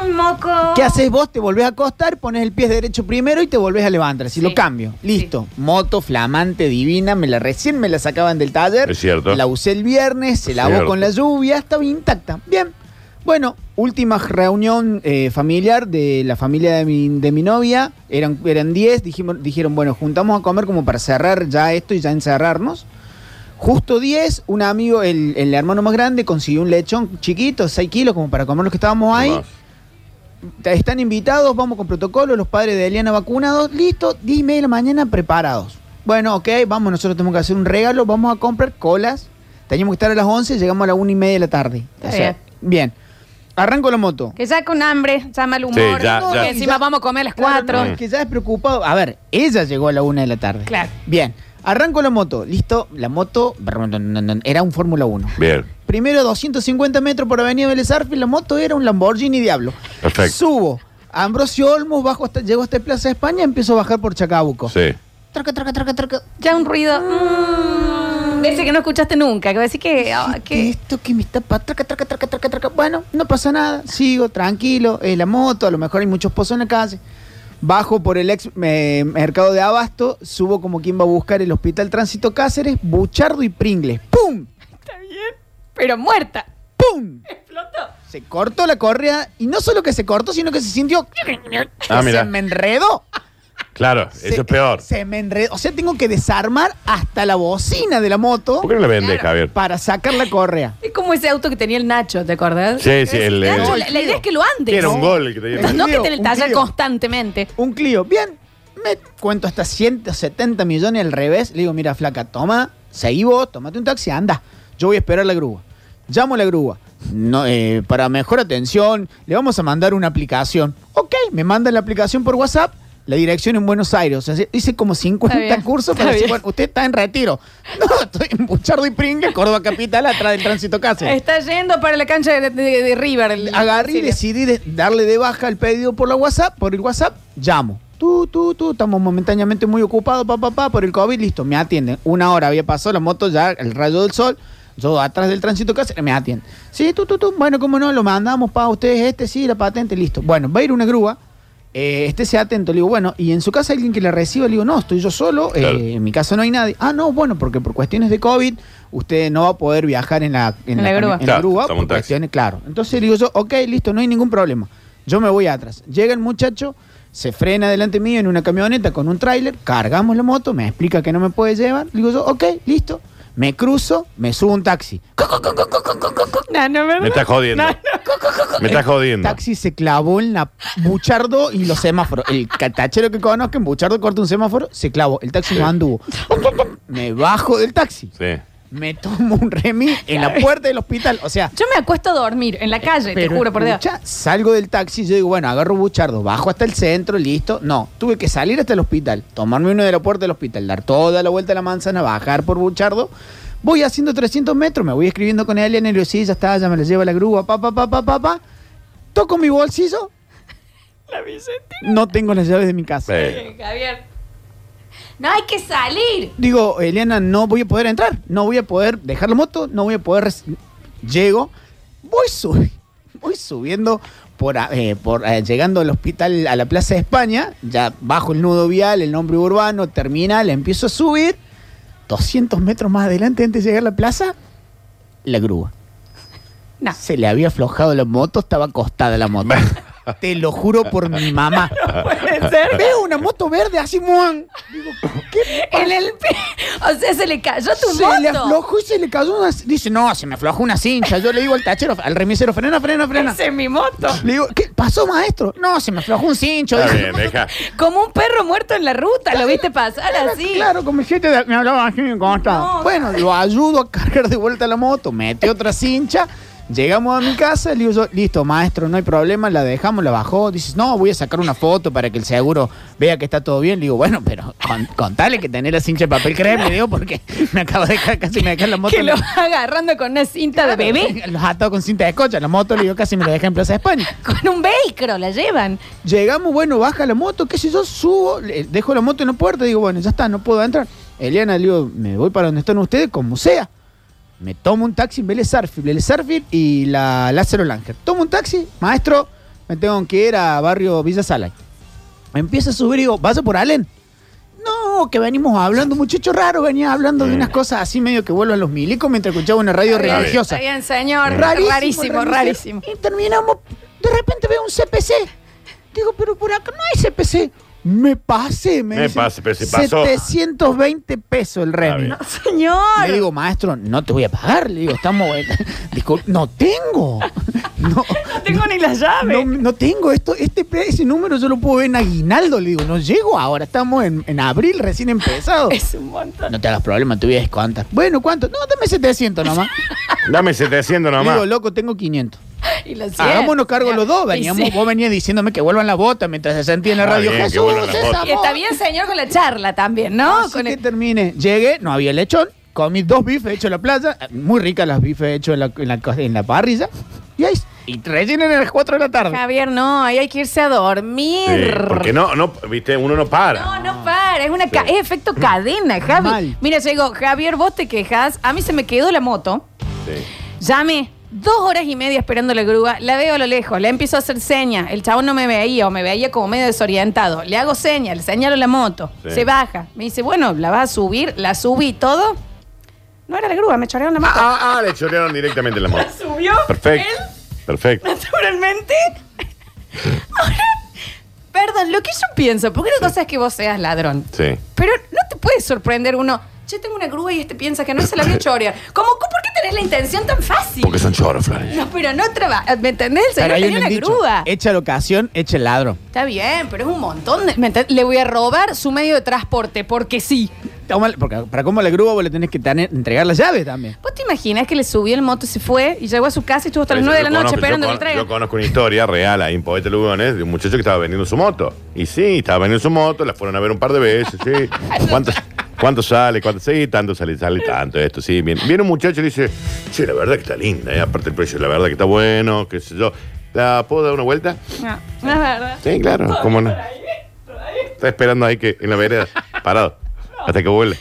Speaker 1: mm, moco.
Speaker 3: ¿Qué haces vos? Te volvés a acostar, pones el pie derecho primero y te volvés a levantar. Si
Speaker 1: Sí.
Speaker 3: lo cambio, listo. Moto flamante, divina, me la recién me la sacaban del taller.
Speaker 2: Es cierto.
Speaker 3: La usé el viernes, se
Speaker 2: Es
Speaker 3: lavó
Speaker 2: cierto.
Speaker 3: con la lluvia, estaba intacta. Bien. Bueno, última reunión eh, familiar de la familia de mi, de mi novia. Eran eran 10, dijimos, dijeron, bueno, juntamos a comer como para cerrar ya esto y ya encerrarnos. Justo 10, un amigo, el, el hermano más grande, consiguió un lechón chiquito, 6 kilos, como para comer los que estábamos ahí.
Speaker 2: Más.
Speaker 3: Están invitados, vamos con protocolo, los padres de Eliana vacunados, listo, 10 y media de la mañana preparados. Bueno, ok, vamos, nosotros tenemos que hacer un regalo, vamos a comprar colas. Teníamos que estar a las 11, llegamos a las 1 y media de la tarde.
Speaker 1: Está
Speaker 3: bien. Arranco la moto.
Speaker 1: Que ya con hambre, Ah, ya mal humor.
Speaker 2: Sí, ya,
Speaker 1: No,
Speaker 2: ya.
Speaker 1: que encima
Speaker 3: Ya.
Speaker 1: vamos a comer a las
Speaker 3: Claro,
Speaker 1: cuatro.
Speaker 3: no, es que ya es preocupado. A ver, ella llegó a la 1 de la tarde.
Speaker 1: Claro.
Speaker 3: Bien, arranco la moto, listo, la moto, era un Fórmula 1.
Speaker 2: Bien.
Speaker 3: Primero 250 metros por Avenida Vélez Arfield, la moto era un Lamborghini Diablo.
Speaker 2: Perfecto.
Speaker 3: Subo Ambrosio Olmos bajo hasta, llego hasta Plaza de España y empiezo a bajar por Chacabuco.
Speaker 2: Sí.
Speaker 3: Traca, traca, traca, traca.
Speaker 1: Ya un ruido. mm, de ese que no escuchaste nunca. Que va a decir que. ah,
Speaker 3: ¿Qué
Speaker 1: que-
Speaker 3: es esto que me está pa- traca, traca, traca, traca, traca? Bueno, no pasa nada, sigo tranquilo, es la moto, a lo mejor hay muchos pozos en la calle. Bajo por el ex eh, mercado de Abasto, subo como quien va a buscar el Hospital Tránsito Cáceres, Buchardo y Pringles. ¡Pum!
Speaker 1: Está bien. Pero muerta.
Speaker 3: ¡Pum!
Speaker 1: Explotó.
Speaker 3: Se cortó la correa y no solo que se cortó, sino que se sintió.
Speaker 2: Ah, mira.
Speaker 3: Se me enredó.
Speaker 2: Claro, eso
Speaker 3: Se-
Speaker 2: es peor.
Speaker 3: Se me enredó. O sea, tengo que desarmar hasta la bocina de la moto
Speaker 2: ¿Por qué no la vendes,
Speaker 1: Claro.
Speaker 2: Javier?
Speaker 3: para sacar la correa.
Speaker 1: Es como ese auto que tenía el Nacho, ¿te acordás?
Speaker 2: Sí, sí, el, eh,
Speaker 1: Nacho, la, la idea es que lo andes.
Speaker 2: Era un gol el que te
Speaker 3: Es
Speaker 2: dieron.
Speaker 1: No que
Speaker 3: Clio,
Speaker 1: te el
Speaker 3: un
Speaker 1: taller
Speaker 3: Clio.
Speaker 1: constantemente.
Speaker 3: Un Clio, bien, me cuento hasta 170 millones al revés. Le digo, mira, flaca, toma, seguí vos, tómate un taxi, anda. Yo voy a esperar la grúa. Llamo a la grúa. No, eh, para mejor atención, le vamos a mandar una aplicación. Ok, me mandan la aplicación por WhatsApp. La dirección en Buenos Aires. O sea, hice como 50
Speaker 1: Está bien,
Speaker 3: cursos
Speaker 1: está
Speaker 3: para decir,
Speaker 1: bien.
Speaker 3: bueno, usted está en retiro. No, estoy en Buchardo y Pringle, Córdoba Capital, atrás del tránsito Cáceres.
Speaker 1: Está yendo para la cancha de, de- de River. el-
Speaker 3: Agarré y
Speaker 1: Silvia.
Speaker 3: decidí de- darle de baja el pedido por la WhatsApp, por el WhatsApp, llamo. Tú, tú, tú, estamos momentáneamente muy ocupados, papá, papá, por el COVID, listo, me atienden. Una hora había pasado la moto, ya el rayo del sol, yo atrás del tránsito Cáceres, me atienden. Sí, tú, tú, tú, bueno, cómo no, lo mandamos para ustedes este, sí, la patente, listo. Bueno, va a ir una grúa, eh, este sea atento, le digo, bueno, y en su casa hay alguien que la reciba, le digo, no, estoy yo solo, eh,
Speaker 2: Claro.
Speaker 3: en mi casa no hay nadie. Ah, no, bueno, porque por cuestiones de COVID, usted no va a poder viajar en la, en
Speaker 1: En la grúa.
Speaker 3: en la
Speaker 2: Claro,
Speaker 3: grúa,
Speaker 2: toma un
Speaker 3: por
Speaker 2: taxi.
Speaker 3: cuestiones- claro. Entonces digo yo, ok, listo, no hay ningún problema. Yo me voy atrás. Llega el muchacho, se frena delante mío en una camioneta con un tráiler, cargamos la moto, me explica que no me puede llevar. Digo yo, ok, listo. Me cruzo, me subo a un taxi.
Speaker 1: No, no, ¿verdad?
Speaker 2: Me estás jodiendo.
Speaker 1: No, no.
Speaker 2: Me estás
Speaker 3: El
Speaker 2: jodiendo.
Speaker 3: taxi se clavó en la Buchardo y los semáforos. El catachero que conozcan, Buchardo corta un semáforo, se clavó. El taxi no anduvo. Me bajo del taxi.
Speaker 2: Sí.
Speaker 3: Me tomo un remis en la puerta del hospital. O sea,
Speaker 1: Yo me acuesto a dormir en la calle, te
Speaker 3: Pero
Speaker 1: juro por Dios.
Speaker 3: escucha, Salgo del taxi, yo digo, bueno, agarro Buchardo, bajo hasta el centro, listo. No, tuve que salir hasta el hospital, tomarme uno de la puerta del hospital, dar toda la vuelta a la manzana, bajar por Buchardo. Voy haciendo 300 metros, me voy escribiendo con él en el sí, ya está, ya me la lleva la grúa, pa, pa, pa, pa, pa, pa. Toco mi bolsillo,
Speaker 1: La Vicente.
Speaker 3: no tengo las llaves de mi casa.
Speaker 2: Eh,
Speaker 1: Javier. No hay que salir.
Speaker 3: Digo, Eliana, no voy a poder entrar, no voy a poder dejar la moto, no voy a poder... res- Llego, voy, subi- voy subiendo, por, a- eh, por eh, llegando al hospital, a la Plaza de España, ya bajo el nudo vial, el nombre urbano, terminal, empiezo a subir, 200 metros más adelante antes de llegar a la plaza, la grúa.
Speaker 1: No.
Speaker 3: Se le había aflojado la moto, estaba acostada la moto. Te lo juro por mi mamá.
Speaker 1: Puede ser.
Speaker 3: Veo una moto verde así, Moan. Digo, ¿qué
Speaker 1: En el pi- O sea, se le cayó tu
Speaker 3: se
Speaker 1: moto.
Speaker 3: le aflojó y se le cayó una. Dice, no, se me aflojó una cincha. Yo le digo al tachero, al remisero, frena, frena, frena.
Speaker 1: Ese es mi moto.
Speaker 3: Le digo, ¿qué pasó, maestro? No, se me aflojó un cincho.
Speaker 2: Está
Speaker 3: Dice,
Speaker 2: bien, deja.
Speaker 1: Como un perro muerto en la ruta, lo viste pasar así.
Speaker 3: Claro, con mi siete de- me hablaba así, ¿cómo está?
Speaker 1: No.
Speaker 3: Bueno, lo ayudo a cargar de vuelta la moto, mete otra cincha. Llegamos a mi casa, le digo yo, listo, maestro, no hay problema, la dejamos, la bajó. Dices, no, voy a sacar una foto para que el seguro vea que está todo bien. Le digo, bueno, pero con- contale que tenés la cincha de papel crepe, le digo, porque me acabo de dejar, casi me dejar la moto.
Speaker 1: Que
Speaker 3: en
Speaker 1: lo
Speaker 3: la-
Speaker 1: va agarrando con una cinta de bebé.
Speaker 3: Los ató con cinta de cocha. La moto, le digo, casi me la dejé en Plaza de España.
Speaker 1: Con un velcro la llevan.
Speaker 3: Llegamos, bueno, baja la moto, qué sé yo, subo, le- dejo la moto en la puerta, digo, bueno, ya está, no puedo entrar. Eliana, le digo, me voy para donde están ustedes, como sea. Me tomo un taxi en Vélez Sarfield, Vélez Sarfield y la Lázaro Langer. Tomo un taxi, maestro, me tengo que ir a barrio Villa Salay. Empieza a subir y digo, ¿vas por Allen? No, que venimos hablando, muchacho raro, venía hablando de unas cosas así medio que vuelvan los milicos mientras escuchaba una radio
Speaker 1: Está bien,
Speaker 3: religiosa.
Speaker 1: Está bien,
Speaker 2: Ah,
Speaker 1: señor. Rarísimo, rarísimo.
Speaker 3: Y terminamos, de repente veo un CPC. Digo, pero por acá no hay CPC. Me pasé, me,
Speaker 2: Me
Speaker 3: dice.
Speaker 2: pasé, pero se pasó.
Speaker 3: 720 pesos el
Speaker 2: Está
Speaker 3: remi.
Speaker 2: bien.
Speaker 1: Señor.
Speaker 3: Le digo, maestro, no te voy a pagar. Le digo, estamos. Disculpe, no tengo. No,
Speaker 1: no tengo ni la
Speaker 3: no,
Speaker 1: llave.
Speaker 3: no tengo esto. Este, pe- ese número yo lo puedo ver en aguinaldo. Le digo, no llego ahora. Estamos en, en abril, recién empezado.
Speaker 1: Es un montón.
Speaker 3: No te hagas problema, te voy a descontar. Bueno, ¿cuánto? No, dame 700 nomás.
Speaker 2: Dame 700
Speaker 3: Le digo,
Speaker 2: nomás.
Speaker 3: loco, tengo 500.
Speaker 1: Y lo siento.
Speaker 3: Hagámonos cargo los dos.
Speaker 1: Y
Speaker 3: Veníamos,
Speaker 1: sí.
Speaker 3: Vos venías diciéndome que vuelvan la bota mientras se sentía en la
Speaker 2: Está
Speaker 3: radio.
Speaker 2: Ah, bien, que
Speaker 3: Jesús,
Speaker 2: vuelvan las
Speaker 3: esa
Speaker 2: botas.
Speaker 1: Y está
Speaker 3: bota.
Speaker 1: bien, señor, con la charla también, ¿no?
Speaker 3: Así
Speaker 1: Con
Speaker 3: que
Speaker 1: el-
Speaker 3: termine. Llegué, no había lechón. Comí dos bifes hechos en la playa. Muy ricas las bifes hechos en la, en la, co- en la parrilla. Y ahí. y rellenan a las 4 de la tarde.
Speaker 1: Javier, no, ahí hay que irse a dormir.
Speaker 2: Sí, porque no, no, viste, uno no para.
Speaker 1: No, no para, es, una ca- es efecto cadena, Javi.
Speaker 3: Mal.
Speaker 1: Mira, yo digo, Javier, vos te quejas, a mí se me quedó la moto,
Speaker 2: Sí.
Speaker 1: llamé dos horas y media esperando la grúa, la veo a lo lejos, le empiezo a hacer señas, el chavo no me veía o me veía como medio desorientado, le hago señas, le señalo la moto,
Speaker 2: Sí.
Speaker 1: se baja, me dice, bueno, la vas a subir, la subí todo. No era la grúa, me chorearon la moto.
Speaker 2: Ah, ah, ah, le chorearon directamente la moto.
Speaker 1: Subió.
Speaker 2: Perfecto.
Speaker 1: él
Speaker 2: Perfecto.
Speaker 1: naturalmente. Ahora, perdón, lo que yo pienso, porque una cosa es que vos seas ladrón,
Speaker 2: Sí.
Speaker 1: pero no te puede sorprender uno. Yo tengo una grúa y este piensa que no se la voy a chorear. ¿Cómo, ¿Cómo- ¿Por qué tenés la intención tan fácil?
Speaker 2: Porque son choros, Florencia.
Speaker 1: No, pero no trabaja. ¿Me entendés? El señor
Speaker 3: Pero hay
Speaker 1: tenía
Speaker 3: un
Speaker 1: una
Speaker 3: dicho, eh,
Speaker 1: grúa.
Speaker 3: Echa la ocasión, echa el ladro.
Speaker 1: Está bien, pero es un montón de. ¿me entendés? Le voy a robar su medio de transporte, porque sí.
Speaker 3: Toma- porque para cómo la grúa vos le tenés que tener- entregar las llaves también.
Speaker 1: ¿Vos te imaginas que le subió el moto y se fue y llegó a su casa y estuvo hasta las
Speaker 2: Florencia,
Speaker 1: 9 de la
Speaker 2: yo
Speaker 1: noche
Speaker 2: conozco-
Speaker 1: esperando
Speaker 2: yo
Speaker 1: que lo
Speaker 2: con-
Speaker 1: traigan?
Speaker 2: Yo conozco una historia real ahí en Poeta Lugones de un muchacho que estaba vendiendo su moto. Y sí, estaba vendiendo su moto, la fueron a ver un par de veces, sí. ¿Cuánto, cuánto sale? ¿Cuánto? Sí, tanto sale, sale tanto esto, sí. Viene, viene un muchacho y le dice, sí, la verdad que está linda, eh, aparte el precio, la verdad que está bueno, qué sé yo. ¿La puedo dar una vuelta?
Speaker 1: No, no es verdad.
Speaker 2: Sí, claro, cómo no. Está esperando ahí que en la vereda, parado, hasta que vuelva.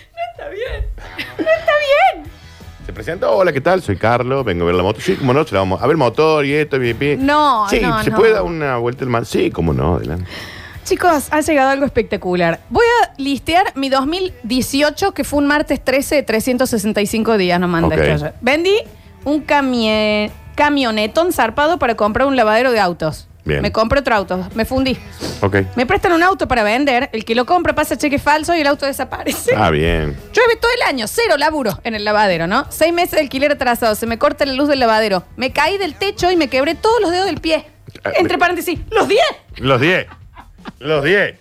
Speaker 2: Se presenta, hola, ¿qué tal? Soy Carlos, vengo a ver la moto. Sí, cómo no, se la vamos a ver motor y esto, y pi, pi.
Speaker 1: No,
Speaker 2: sí,
Speaker 1: no,
Speaker 2: ¿se
Speaker 1: no.
Speaker 2: puede dar una vuelta al mar? Sí, cómo no, adelante.
Speaker 1: Chicos, ha llegado algo espectacular. Voy a listear mi 2018, que fue un martes 13 de 365 días, no manda
Speaker 2: Ok.
Speaker 1: esto ayer. Vendí un camie- camionetón zarpado para comprar un lavadero de autos.
Speaker 2: Bien.
Speaker 1: Me compré otro auto, me fundí.
Speaker 2: Ok.
Speaker 1: Me prestan un auto para vender, el que lo compra pasa cheque falso y el auto desaparece.
Speaker 2: Ah, bien.
Speaker 1: Llueve todo el año, cero laburo en el lavadero, ¿no? Seis meses de alquiler atrasado, se me corta la luz del lavadero. Me caí del techo y me quebré todos los dedos del pie.
Speaker 2: Ah,
Speaker 1: Entre
Speaker 2: me-
Speaker 1: paréntesis, ¡los 10!
Speaker 2: Los 10. Los 10.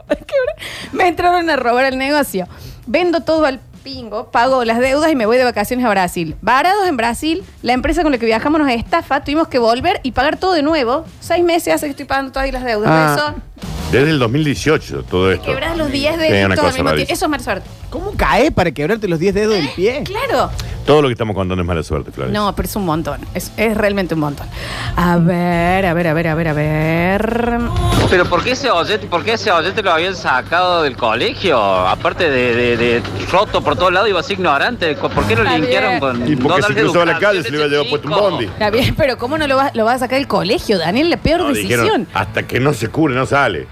Speaker 1: Me entraron a robar el negocio. Vendo todo al pingo, pago las deudas y me voy de vacaciones a Brasil. Varados en Brasil, la empresa con la que viajamos nos estafa, tuvimos que volver y pagar todo de nuevo. Seis meses hace que estoy pagando todas las deudas.
Speaker 3: Ah.
Speaker 1: Por
Speaker 2: Desde el 2018 todo esto.
Speaker 1: Eso, quebrás los 10 de
Speaker 2: Sí,
Speaker 1: todo
Speaker 2: una
Speaker 1: al
Speaker 2: cosa
Speaker 1: mismo tiempo.
Speaker 2: rarísima.
Speaker 1: Eso es mala suerte.
Speaker 3: ¿Cómo caes para quebrarte los 10 dedos del pie?
Speaker 1: Claro.
Speaker 2: Todo lo que estamos contando es mala suerte, Florencia.
Speaker 1: No, pero es un montón. Es, es realmente un montón. A ver, a ver, a ver, a ver, a ver.
Speaker 6: Pero ¿por qué ese oyente, por qué ese oyente lo habían sacado del colegio? Aparte de, de- de roto por todos lados, iba así ignorante. ¿Por qué lo
Speaker 1: Está
Speaker 6: linkearon
Speaker 1: bien.
Speaker 6: con
Speaker 2: Y porque
Speaker 6: no
Speaker 2: si
Speaker 6: darle
Speaker 2: cruzaba la calle
Speaker 6: educación
Speaker 2: se le iba a llevar
Speaker 6: ese
Speaker 2: puesto un
Speaker 6: chico?
Speaker 2: bondi.
Speaker 1: Está bien, pero ¿cómo no lo vas lo vas a sacar del colegio, Daniel? La peor
Speaker 2: No,
Speaker 1: decisión.
Speaker 2: dijeron, hasta que no se cure, no sale.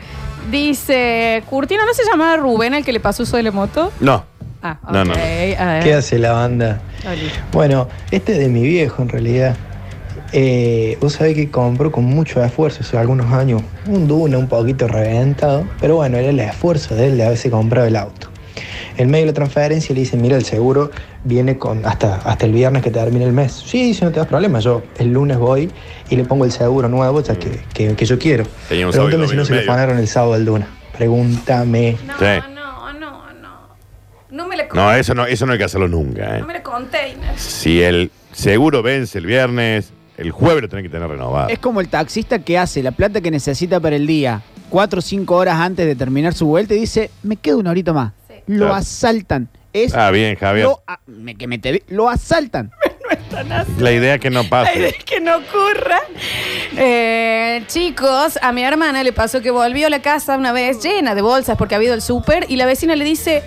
Speaker 1: Dice, Curtino, ¿no se llamaba Rubén el que le pasó uso de la moto?
Speaker 2: No.
Speaker 1: Ah, ok.
Speaker 2: No, no, no.
Speaker 1: A ver.
Speaker 7: ¿Qué hace la banda?
Speaker 1: Oli.
Speaker 7: Bueno, este es de mi viejo en realidad. Eh, vos sabés que compró con mucho esfuerzo hace algunos años un Duna un poquito reventado, pero bueno, era el esfuerzo de él de haberse comprado el auto. En medio de la transferencia le dicen, mira, el seguro viene con hasta, hasta el viernes que termina el mes. Sí, dice, no te das problema, yo el lunes voy y le pongo el seguro nuevo ya que, que- que yo quiero.
Speaker 2: Mm. Tenía un
Speaker 7: Pregúntame
Speaker 2: sábado y
Speaker 7: si no
Speaker 2: domingo
Speaker 7: se
Speaker 2: en
Speaker 7: le
Speaker 2: medio.
Speaker 7: pagaron el sábado el Duna. Pregúntame.
Speaker 1: No,
Speaker 2: Sí.
Speaker 1: no, no, no. No me la con-
Speaker 2: No, eso no, eso no hay que hacerlo nunca, ¿eh?
Speaker 1: no me la conté, Inés.
Speaker 2: Si el seguro vence el viernes, el jueves lo tienen que tener renovado.
Speaker 3: Es como el taxista que hace la plata que necesita para el día, 4 o 5 horas antes de terminar su vuelta y dice, me quedo una horita más.
Speaker 1: Sí.
Speaker 3: Lo
Speaker 2: Claro.
Speaker 3: asaltan. Es
Speaker 2: Ah, bien, Javier.
Speaker 3: lo, a- me- que me te- lo asaltan.
Speaker 1: Ah,
Speaker 2: La idea es que no
Speaker 1: La idea
Speaker 2: pase.
Speaker 1: es que no ocurra. Eh, chicos, a mi hermana le pasó que volvió a la casa una vez llena de bolsas porque ha habido el súper y la vecina le dice,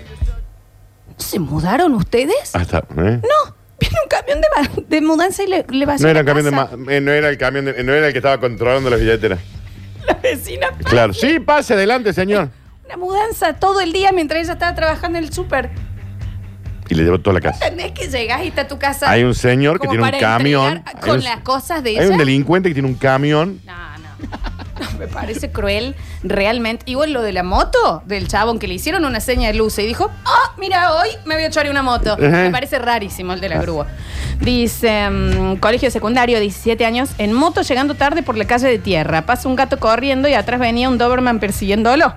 Speaker 1: ¿se mudaron ustedes?
Speaker 2: Hasta, ¿eh?
Speaker 1: No, viene un camión de, va- de mudanza y le, le vació
Speaker 2: No era,
Speaker 1: la
Speaker 2: el camión de
Speaker 1: casa.
Speaker 2: ma- eh, no era el camión de- no era el que estaba controlando las billeteras.
Speaker 1: La vecina
Speaker 2: Claro. Sí, pase adelante, señor.
Speaker 1: Una mudanza todo el día mientras ella estaba trabajando en el súper.
Speaker 2: Y le llevó toda la casa.
Speaker 1: ¿Entendés que llegás y está tu casa?
Speaker 2: Hay un señor que
Speaker 1: como
Speaker 2: tiene un
Speaker 1: para
Speaker 2: camión.
Speaker 1: entregar
Speaker 2: Hay
Speaker 1: Con
Speaker 2: un-
Speaker 1: las cosas de
Speaker 2: Hay
Speaker 1: ella.
Speaker 2: un delincuente que tiene un camión.
Speaker 1: no, no. No, Me parece cruel, realmente. Igual lo de la moto, del chabón que le hicieron una seña de luz y dijo, oh, mira, hoy me voy a echar una moto.
Speaker 2: Ajá. Ah.
Speaker 1: Me parece rarísimo el de la grúa. Dice, mm, colegio secundario, 17 años, en moto llegando tarde por la calle de tierra. Pasa un gato corriendo y atrás venía un Doberman persiguiéndolo.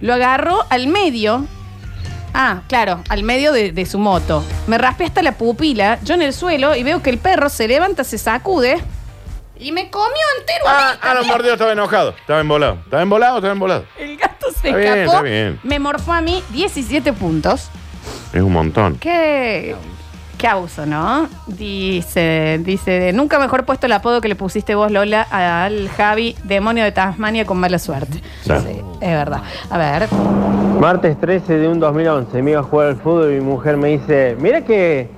Speaker 1: Lo agarro al medio. Ah, claro, al medio de, de su moto. Me raspé hasta la pupila, yo en el suelo, y veo que el perro se levanta, se sacude y me comió entero. a
Speaker 2: Ah,
Speaker 1: mí
Speaker 2: ah, lo
Speaker 1: también.
Speaker 2: mordió, estaba enojado. Estaba embolado. Estaba embolado, estaba embolado.
Speaker 1: El gato se
Speaker 2: Está bien,
Speaker 1: escapó.
Speaker 2: está bien.
Speaker 1: Me morfó a mí 17 puntos.
Speaker 2: Es un montón.
Speaker 1: Qué, Qué abuso, ¿no? Dice, dice, nunca mejor puesto el apodo que le pusiste vos, Lola, al Javi, demonio de Tasmania con mala suerte.
Speaker 2: Sí.
Speaker 1: Sí, es verdad. A ver,
Speaker 8: Martes 13 de un 2011, me iba a jugar al fútbol y mi mujer me dice, mira que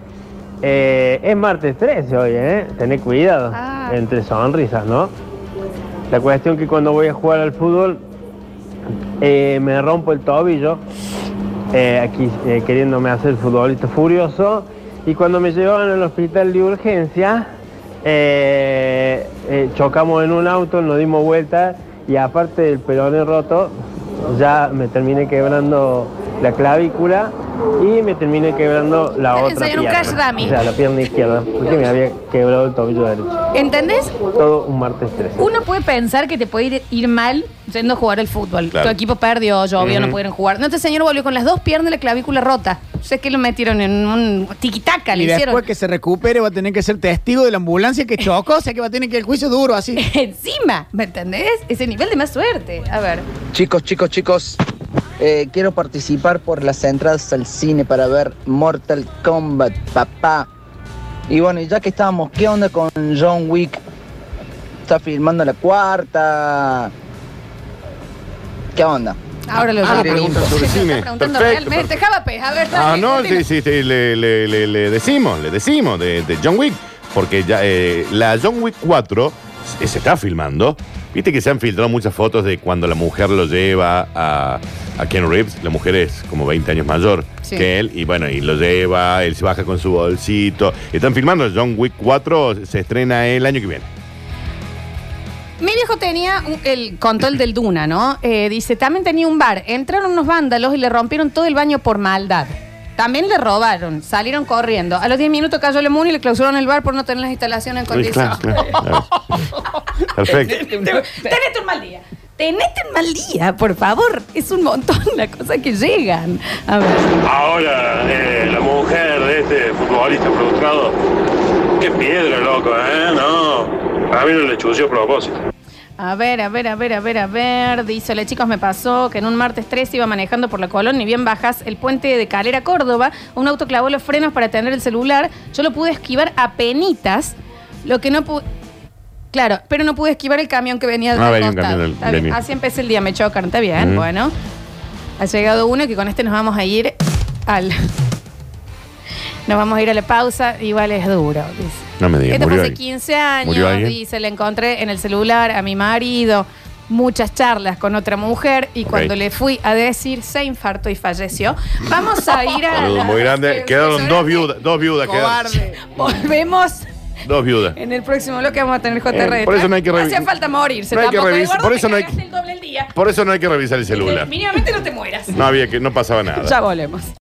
Speaker 8: eh, es martes 13 hoy, ¿eh? Tené cuidado,
Speaker 1: Ah.
Speaker 8: entre sonrisas, ¿no? La cuestión que cuando voy a jugar al fútbol eh, me rompo el tobillo, eh, aquí eh, queriéndome hacer futbolista furioso, y cuando me llevaban al hospital de urgencia, eh, eh, chocamos en un auto, nos dimos vuelta y aparte del peroné roto, ya me terminé quebrando la clavícula y me terminé quebrando la
Speaker 1: Te voy a
Speaker 8: otra
Speaker 1: enseñar un
Speaker 8: pierna.
Speaker 1: crash dummy.
Speaker 8: O sea, la pierna izquierda, porque me había quebrado el tobillo derecho.
Speaker 1: ¿entendés?
Speaker 8: Todo un martes 13.
Speaker 1: Uno puede pensar que te puede ir, ir mal yendo a jugar al fútbol.
Speaker 2: Claro.
Speaker 1: Tu equipo perdió, llovió, no pudieron jugar. No, este señor volvió con las dos piernas y la clavícula rota. Sé que lo metieron en un tiquitaca, le
Speaker 3: Y
Speaker 1: hicieron.
Speaker 3: después que se recupere va a tener que ser testigo de la ambulancia que chocó, o sea que va a tener que ir al juicio duro así.
Speaker 1: Encima, ¿me entendés? Ese nivel de más suerte. A ver.
Speaker 9: Chicos, chicos, chicos, eh, quiero participar por las entradas al cine para ver Mortal Kombat, papá. Y bueno, y ya que estábamos, ¿qué onda con John Wick? Está filmando la cuarta. ¿Qué onda?
Speaker 1: Ahora lo
Speaker 2: Ah,
Speaker 1: llamo.
Speaker 2: pregunta sobre
Speaker 1: Sí,
Speaker 2: cine.
Speaker 1: está preguntando
Speaker 2: Perfecto,
Speaker 1: realmente. Javapes, a ver.
Speaker 2: Ah,
Speaker 1: dale,
Speaker 2: no,
Speaker 1: Martina.
Speaker 2: sí, sí, sí, le, le- le- le decimos, le decimos de, de John Wick, porque ya eh, la John Wick 4 se, se está filmando. Viste que se han filtrado muchas fotos de cuando la mujer lo lleva a, a Ken Reeves, la mujer es como 20 años mayor
Speaker 1: Sí.
Speaker 2: que él, y bueno, y lo lleva, él se baja con su bolsito. Están filmando John Wick 4, se estrena el año que viene.
Speaker 1: Mi viejo tenía un- el control del Duna, ¿no? Eh, dice, también tenía un bar. Entraron unos vándalos y le rompieron todo el baño por maldad. También le robaron, salieron corriendo. A los 10 minutos cayó el muro y le clausuraron el bar por no tener las instalaciones en condición.
Speaker 2: Claro, claro. Perfecto.
Speaker 1: Tenete un mal día. Tenete un mal día, por favor. Es un montón la cosa que llegan. A ver.
Speaker 10: Ahora, eh, la mujer de este futbolista frustrado. Qué piedra, loco, ¿eh? No. A mí no le chució a propósito.
Speaker 1: A ver, a ver, a ver, a ver, a ver. Dice, "Hola, chicos, me pasó que en un martes 3 iba manejando por la Colón y bien bajas el puente de Calera, Córdoba. Un auto clavó los frenos para tener el celular. Yo lo pude esquivar a penitas, lo que no pude... Claro, pero no pude esquivar el camión que venía del
Speaker 2: Ah,
Speaker 1: otro
Speaker 2: venía un
Speaker 1: costado.
Speaker 2: camión del-
Speaker 1: Está bien,
Speaker 2: venía.
Speaker 1: Así empecé el día, me chocan, está bien,
Speaker 2: Ujú.
Speaker 1: bueno. Ha llegado uno que con este nos vamos a ir al... Nos vamos a ir a la pausa, igual es duro, dice.
Speaker 2: No me digas,
Speaker 1: Esto fue
Speaker 2: murió
Speaker 1: hace
Speaker 2: ahí.
Speaker 1: 15
Speaker 2: ¿Murió
Speaker 1: años
Speaker 2: alguien?
Speaker 1: y se le encontré en el celular a mi marido muchas charlas con otra mujer y
Speaker 2: Ok.
Speaker 1: cuando le fui a decir se infartó y falleció. Vamos a ir a...
Speaker 2: Saludos
Speaker 1: la-
Speaker 2: muy grande.
Speaker 1: el
Speaker 2: Quedaron dos
Speaker 1: restaurante.
Speaker 2: viudas, dos viudas quedaron.
Speaker 1: Volvemos
Speaker 2: Dos viudas.
Speaker 1: en el próximo bloque vamos a tener JR.
Speaker 2: Eh, por
Speaker 1: detrás.
Speaker 2: eso no hay que revi-
Speaker 1: hacía falta morirse.
Speaker 2: no hay que
Speaker 1: tampoco.
Speaker 2: revi-
Speaker 1: Eduardo,
Speaker 2: por
Speaker 1: te
Speaker 2: eso no hay
Speaker 1: cagaste
Speaker 2: que-
Speaker 1: el doble el día.
Speaker 2: Por eso no hay que revisar el celular.
Speaker 1: Mínimamente no te mueras.
Speaker 2: No había que, no pasaba nada.
Speaker 1: Ya volvemos.